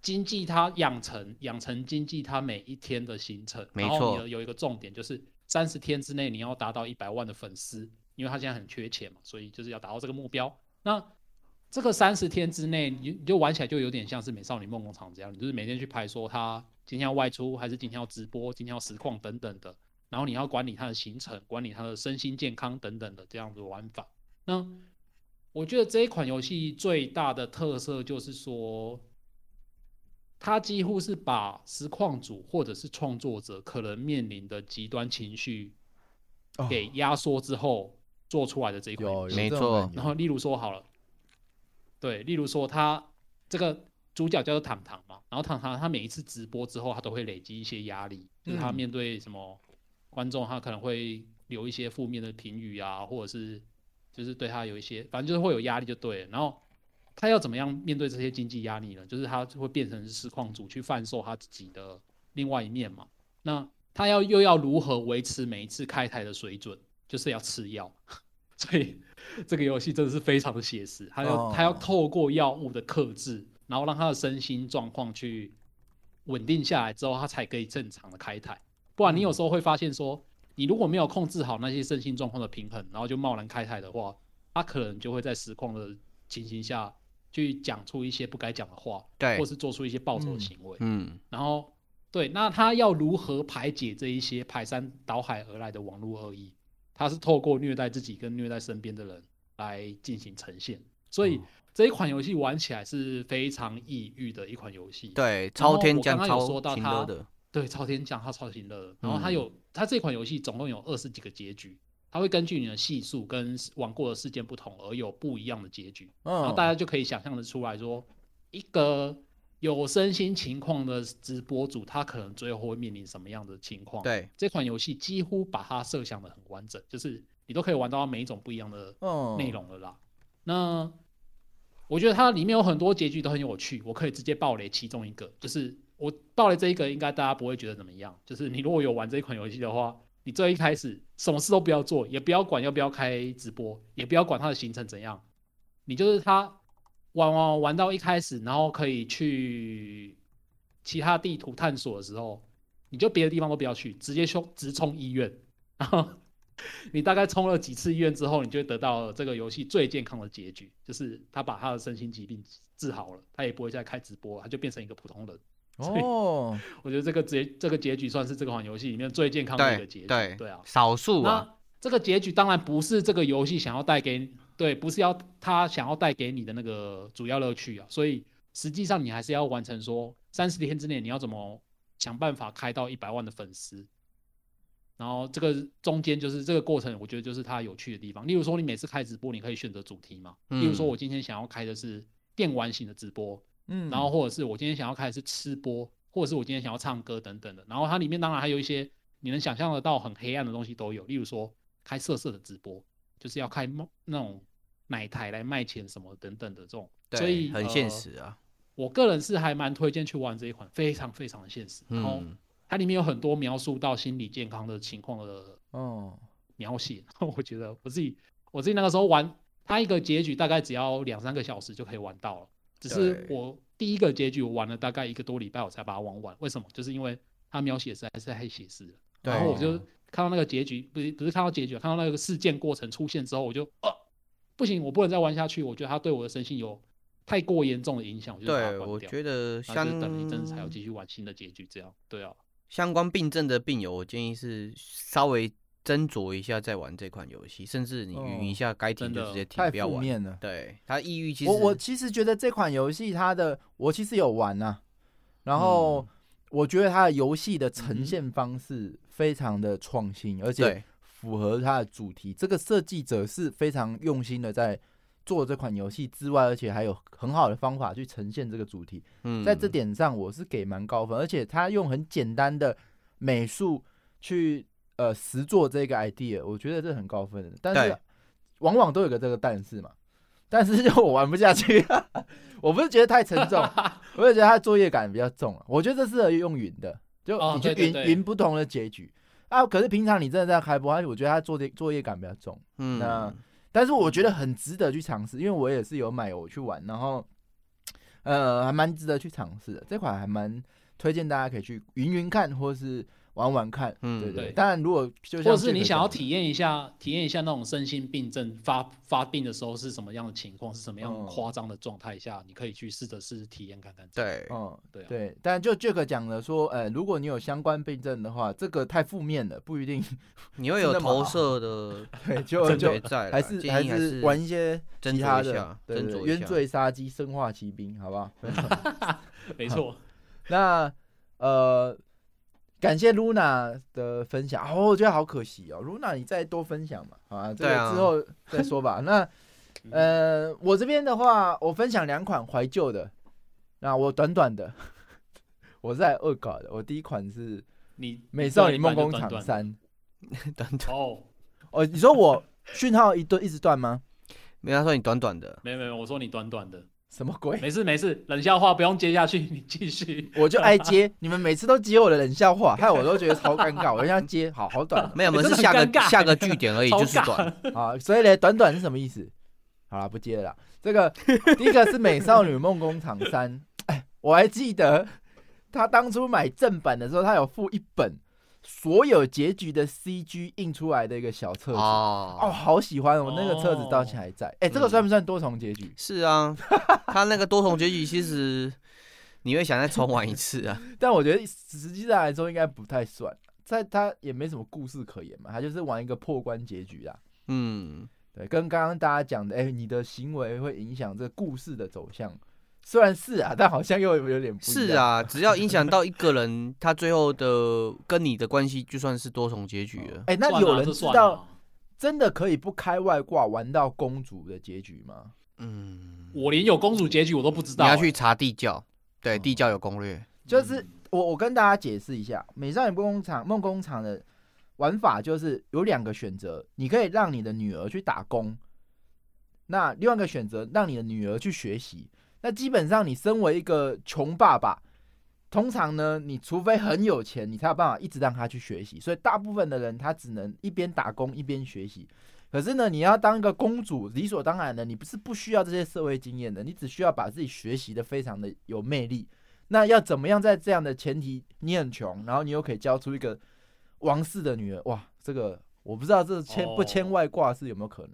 Speaker 3: 经济它养成养成经济它每一天的行程，
Speaker 5: 没
Speaker 3: 然后
Speaker 5: 错
Speaker 3: 你的有一个重点就是三十天之内你要达到一百万的粉丝，因为它现在很缺钱嘛，所以就是要达到这个目标。那这个三十天之内，你你就玩起来就有点像是美少女梦工厂这样，你就是每天去拍说他今天要外出，还是今天要直播，今天要实况等等的，然后你要管理他的行程，管理他的身心健康等等的这样子的玩法。那我觉得这一款游戏最大的特色就是说，它几乎是把实况组或者是创作者可能面临的极端情绪
Speaker 2: 哦
Speaker 3: 给压缩之后做出来的这一款游
Speaker 2: 有有
Speaker 3: 戏。
Speaker 5: 没
Speaker 2: 这种
Speaker 5: 错
Speaker 2: 感觉
Speaker 3: 然后例如说好了，对，例如说他这个主角叫做糖糖嘛，然后糖糖他每一次直播之后，他都会累积一些压力，就是他
Speaker 2: 嗯
Speaker 3: 面对什么观众，他可能会留一些负面的评语啊，或者是就是对他有一些，反正就是会有压力就对了。然后他要怎么样面对这些经济压力呢？就是他就会变成是实况组去贩售他自己的另外一面嘛。那他要又要如何维持每一次开台的水准，就是要吃药， 所以这个游戏真的是非常的写实，他要、他要
Speaker 2: 哦
Speaker 3: 透过药物的克制，然后让他的身心状况去稳定下来之后，他才可以正常的开台。不然你有时候会发现说，你如果没有控制好那些身心状况的平衡，然后就贸然开台的话，他可能就会在实况的情形下去讲出一些不该讲的话，
Speaker 5: 对
Speaker 3: 或是做出一些暴走的行为。
Speaker 5: 嗯，
Speaker 3: 然后对，那他要如何排解这一些排山倒海而来的网络恶意？他是透过虐待自己跟虐待身边的人来进行呈现，所
Speaker 5: 嗯
Speaker 3: 以这一款游戏玩起来是非常抑郁的一款游戏。
Speaker 5: 对，
Speaker 3: 后
Speaker 5: 超天
Speaker 3: 我
Speaker 5: 降
Speaker 3: 刚刚有
Speaker 5: 超
Speaker 3: 说到
Speaker 5: 勤
Speaker 3: 它
Speaker 5: 乐的，
Speaker 3: 对，超天降它超行乐，然后它
Speaker 5: 嗯
Speaker 3: 有、它这款游戏总共有二十几个结局，它会根据你的系数跟玩过的事件不同而有不一样的结局，然
Speaker 5: 嗯
Speaker 3: 后大家就可以想象的出来说，一个有身心情况的直播主，他可能最后会面临什么样的情况？，
Speaker 5: 对，
Speaker 3: 这款游戏几乎把它设想的很完整，就是你都可以玩到每一种不一样的
Speaker 2: 嗯
Speaker 7: 哦
Speaker 3: 哦内容了啦。那我觉得它里面有很多结局都很有趣，我可以直接爆雷其中一个，就是我爆雷这一个，应该大家不会觉得怎么样。就是你如果有玩这一款游戏的话，你最一开始什么事都不要做，也不要管要不要开直播，也不要管它的行程怎样，你就是它玩玩玩到一开始，然后可以去其他地图探索的时候，你就别的地方都不要去，直接冲直冲医院，然后你大概冲了几次医院之后，你就会得到这个游戏最健康的结局，就是他把他的身心疾病治好了，他也不会再开直播，他就变成一个普通人。
Speaker 2: 哦，
Speaker 3: 我觉得这个结这个结局算是这款游戏里面最健康的一个
Speaker 5: 对
Speaker 3: 结局。
Speaker 5: 哦对
Speaker 3: 对啊，
Speaker 5: 少数
Speaker 3: 那
Speaker 5: 啊，
Speaker 3: 这个结局当然不是这个游戏想要带给，对，不是要他想要带给你的那个主要乐趣啊。所以实际上你还是要完成说三十天之内你要怎么想办法开到一百万的粉丝。然后这个中间就是这个过程，我觉得就是它有趣的地方。例如说，你每次开直播，你可以选择主题嘛。
Speaker 5: 嗯
Speaker 3: 例如说，我今天想要开的是电玩型的直播，
Speaker 2: 嗯，
Speaker 3: 然后或者是我今天想要开的是吃播，或者是我今天想要唱歌等等的。然后它里面当然还有一些你能想象得到很黑暗的东西都有，例如说开色色的直播，就是要开卖那种奶台来卖钱什么等等的这种，所以
Speaker 5: 对，很现。
Speaker 3: 呃
Speaker 5: 实啊。
Speaker 3: 我个人是还蛮推荐去玩这一款，非常非常的现实。
Speaker 2: 啊
Speaker 3: 然后
Speaker 5: 嗯
Speaker 3: 它里面有很多描述到心理健康的情况的
Speaker 2: 哦，
Speaker 3: 描写， 然后我觉得我自己我自己那个时候玩，它一个结局大概只要两三个小时就可以玩到了。只是
Speaker 5: 对
Speaker 3: 我第一个结局我玩了大概一个多礼拜，我才把它玩完。为什么？就是因为它描写实在是太写实了。
Speaker 5: 对
Speaker 3: 然后我就看到那个结局，不是不是看到结局，看到那个事件过程出现之后，我就呃不行，我不能再玩下去。我觉得它对我的身心有太过严重的影响，我就把它
Speaker 5: 对，
Speaker 3: 关
Speaker 5: 我
Speaker 3: 掉
Speaker 5: 觉得
Speaker 3: 然后
Speaker 5: 相
Speaker 3: 就是等了一阵子才有继续玩新的结局，这样对啊。
Speaker 5: 相关病症的病友，我建议是稍微斟酌一下再玩这款游戏，甚至你
Speaker 2: 哦
Speaker 5: 云一下该停
Speaker 3: 真
Speaker 5: 就
Speaker 3: 的
Speaker 5: 直接停，
Speaker 2: 太
Speaker 5: 不要
Speaker 2: 负
Speaker 5: 玩。
Speaker 2: 面了。
Speaker 5: 对他抑郁，其实
Speaker 2: 我我其实觉得这款游戏它的我其实有玩呐、然
Speaker 5: 嗯
Speaker 2: 后我觉得它的游戏的呈现方式非常的创新，而且
Speaker 5: 对
Speaker 2: 符合它的主题。这个设计者是非常用心的在做这款游戏之外，而且还有很好的方法去呈现这个主题。
Speaker 5: 嗯
Speaker 2: 在这点上我是给蛮高分，而且他用很简单的美术去呃实做这个 idea，我觉得这很高分的。但是
Speaker 5: 对
Speaker 2: 往往都有个这个但是嘛，但是就我玩不下去， 我不是觉得太沉 重，我是觉得他作业感比较重、啊，我觉得这适合用云的，就
Speaker 3: 哦
Speaker 2: 你去
Speaker 3: 对对
Speaker 2: 云
Speaker 3: 对
Speaker 2: 云不同的结局啊。可是平常你真的在开播，我觉得他作业作业感比较重。那
Speaker 5: 嗯，
Speaker 2: 但是我觉得很值得去尝试，因为我也是有买我去玩，然后呃还蛮值得去尝试的。这款还蛮推荐大家可以去云云看，或是玩玩看。
Speaker 5: 嗯
Speaker 2: 对对。
Speaker 3: 对
Speaker 2: 当然，如果就
Speaker 3: 或
Speaker 2: 像
Speaker 3: 者是你
Speaker 2: Jack
Speaker 3: 想要
Speaker 2: 讲的
Speaker 3: 体验一下，体验一下那种身心病症发发病的时候是什么样的情况，是什么样
Speaker 2: 嗯
Speaker 3: 夸张的状态下，你可以去试着试体验看看。
Speaker 5: 对，
Speaker 2: 嗯，
Speaker 3: 对啊
Speaker 2: 对，但就 Jack 讲的说，呃，如果你有相关病症的话，这个太负面了，不一定
Speaker 5: 你会有投射的
Speaker 2: 对，就
Speaker 5: 感
Speaker 2: 就
Speaker 5: 觉在啦，
Speaker 2: 还是
Speaker 5: 建议还
Speaker 2: 是玩一些
Speaker 5: 斟
Speaker 2: 其
Speaker 5: 酌
Speaker 2: 他
Speaker 5: 一
Speaker 2: 的
Speaker 5: 下，
Speaker 2: 对
Speaker 5: 斟
Speaker 2: 对
Speaker 5: 酌一
Speaker 2: 冤
Speaker 5: 下
Speaker 2: 罪杀机，生化奇兵，好不 好？
Speaker 3: 没错，
Speaker 2: 那呃，感谢 Luna 的分享，哦，我觉得好可惜哦，Luna 你再多分享嘛，好啊，这个
Speaker 5: 对啊嗯
Speaker 2: 之后再说 吧。那呃，我这边的话，我分享两款怀旧的，那我短短的，我在恶搞的，我第一款是《
Speaker 3: 你
Speaker 2: 美少女梦
Speaker 3: 你
Speaker 2: 工厂
Speaker 3: 断一半就断断
Speaker 2: 三》
Speaker 5: 短短，
Speaker 3: 哦，
Speaker 2: 哦，你说我讯号一断一直断吗？
Speaker 5: 没有他说你短短的，
Speaker 3: 没有没有，我说你短短的，
Speaker 2: 什么鬼？
Speaker 3: 没事没事，冷笑话不用接下去，你继续。
Speaker 2: 我就爱 接，你们每次都接我的冷笑话，害我都觉得超尴尬。我一定要接，好好短哦
Speaker 5: 没有， 我们
Speaker 3: 真
Speaker 5: 是
Speaker 3: 的很
Speaker 5: 下
Speaker 3: 尴
Speaker 5: 个
Speaker 3: 尬
Speaker 5: 下个据点而已，
Speaker 3: 超
Speaker 5: 就是
Speaker 3: 尬
Speaker 5: 短，
Speaker 2: 啊，所以呢，短短是什么意思？好了，不接了啦。这个第一个是《美少女梦工厂三》， 哎，我还记得他当初买正版的时候，他有附一本所有结局的 CG 印出来的一个小册子。哦
Speaker 5: 哦，
Speaker 2: 好喜欢哦！那个册子到现在还在。哎、这个
Speaker 5: 嗯
Speaker 2: 算不算多重结局？
Speaker 5: 是啊，他那个多重结局其实你会想再重玩一次啊，
Speaker 2: 但我觉得实际上来说应该不太算，在他也没什么故事可言嘛，他就是玩一个破关结局啦。
Speaker 5: 嗯，
Speaker 2: 对，跟刚刚大家讲的，哎、你的行为会影响这个故事的走向。虽然是啊，但好像又有点不一样
Speaker 5: 是，啊，只要影响到一个人，他最后的跟你的关系就算是多重结局了。
Speaker 2: 哎、那
Speaker 3: 算
Speaker 2: 有
Speaker 3: 啊
Speaker 2: 人
Speaker 3: 这
Speaker 2: 知
Speaker 3: 算
Speaker 2: 道
Speaker 3: 啊
Speaker 2: 真的可以不开外挂玩到公主的结局吗？
Speaker 5: 嗯，
Speaker 3: 我连有公主结局我都不知
Speaker 5: 你
Speaker 3: 道、嗯
Speaker 5: 要去
Speaker 3: 哎
Speaker 5: 查地窖，对，地窖有攻略。
Speaker 3: 嗯
Speaker 2: 就是我我跟大家解释一下，《美少女梦工厂》梦工厂的玩法就是有两个选择，你可以让你的女儿去打工，那另外一个选择让你的女儿去学习。那基本上你身为一个穷爸爸，通常呢，你除非很有钱，你才有办法一直让他去学习。所以大部分的人他只能一边打工一边学习。可是呢，你要当一个公主，理所当然的，你不是不需要这些社会经验的，你只需要把自己学习的非常的有魅力。那要怎么样在这样的前提，你很穷，然后你又可以教出一个王室的女儿？哇，这个我不知道这牵不牵
Speaker 3: 哦
Speaker 2: 外挂是有没有可能。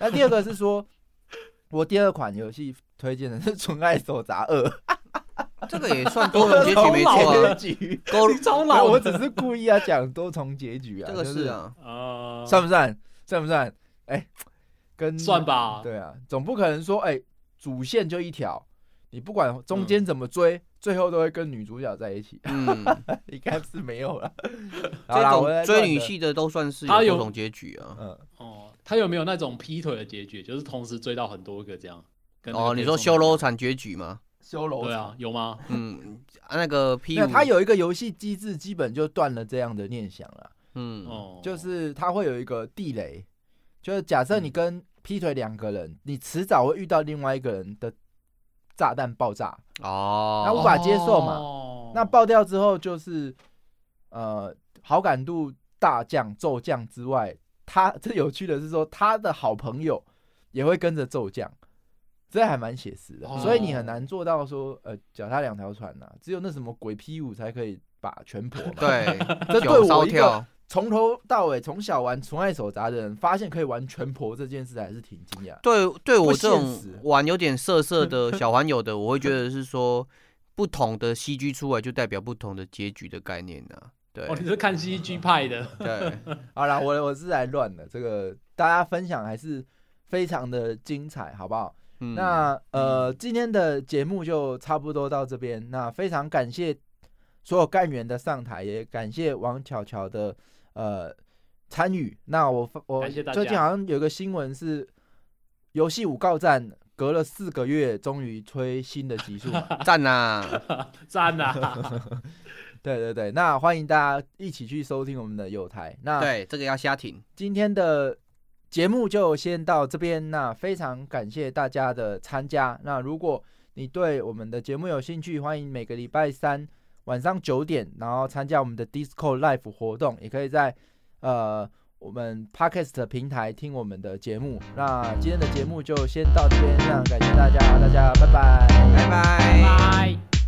Speaker 2: 那第二个 是说，我第二款游戏推荐的是《纯爱手札二》，
Speaker 5: 这个也 算多重结局没错啊
Speaker 2: 高
Speaker 5: 高
Speaker 2: 超老，我只是故意要讲多重结局啊，
Speaker 5: 这个
Speaker 2: 就是
Speaker 5: 啊
Speaker 3: 啊
Speaker 2: 算不算？算不算？哎，跟
Speaker 3: 算吧
Speaker 2: 对啊，总不可能说哎，主线就一条，你不管中间怎么追，最后都会跟女主角在一起。
Speaker 5: 嗯，
Speaker 2: 应该是没有 了。好
Speaker 5: 这
Speaker 2: 啦我来
Speaker 5: 种追
Speaker 2: 乱
Speaker 5: 女
Speaker 2: 的
Speaker 5: 系的都算是
Speaker 3: 他
Speaker 5: 有
Speaker 3: 有
Speaker 5: 多种结局啊。
Speaker 3: 哦，他有没有那种劈腿的结局，就是同时追到很多个这样？跟那个
Speaker 5: 哦，你说
Speaker 3: 配
Speaker 5: 修罗场结局吗？
Speaker 2: 修罗
Speaker 3: 对啊，有吗？
Speaker 5: 嗯，啊那个 P
Speaker 2: 那
Speaker 5: 五，
Speaker 2: 它有一个游戏机制，基本就断了这样的念想了。
Speaker 5: 嗯
Speaker 3: 哦，
Speaker 2: 就是它会有一个地雷，就是假设你跟劈腿两个人，你迟早会遇到另外一个人的炸弹爆炸，
Speaker 5: 哦，
Speaker 2: 那无法接受嘛。
Speaker 3: 哦
Speaker 2: 那爆掉之后就是呃好感度大降骤降之外，他 这有趣的是说他的好朋友也会跟着骤降，这还蛮写实的，
Speaker 3: 哦
Speaker 2: 所以你很难做到说呃脚踏两条船呐、啊只有那什么鬼 P 五才可以把全婆嘛。
Speaker 5: 对
Speaker 2: 这对
Speaker 5: 九烧
Speaker 2: 我一
Speaker 5: 跳
Speaker 2: 个。从头到尾从小玩纯爱手札的人，发现可以玩全婆这件事还是挺惊讶。
Speaker 5: 对，对我
Speaker 2: 不
Speaker 5: 这
Speaker 2: 现
Speaker 5: 种
Speaker 2: 实
Speaker 5: 玩有点色 色的小玩友的，我会觉得是说，不同的 CG 出来就代表不同的结局的概念呢、啊。对
Speaker 3: 哦，，你是看 CG 派 的？
Speaker 5: 对，
Speaker 2: 好啦，我我是来乱的，这个大家分享还是非常的精彩，好不好？
Speaker 5: 嗯
Speaker 2: 那呃，今天的节目就差不多到这边。那非常感谢所有干员的上台，也感谢王巧巧的呃参与。那我发我
Speaker 3: 感谢大家
Speaker 2: 最近好像有个新闻是游戏五告战，隔了四个月终于推新的集数嘛。
Speaker 5: 赞呐、
Speaker 3: 赞啊！
Speaker 2: 对对对，那欢迎大家一起去收听我们的友台。那
Speaker 5: 对，这个要瞎挺。
Speaker 2: 今天的节目就先到这边，那非常感谢大家的参加。那如果你对我们的节目有兴趣，欢迎每个礼拜三晚上九点，然后参加我们的 Disco Live 活动，也可以在呃我们 Podcast 平台听我们的节目。那今天的节目就先到这边，那感谢大家，大家拜拜，
Speaker 5: 拜拜。
Speaker 3: 拜。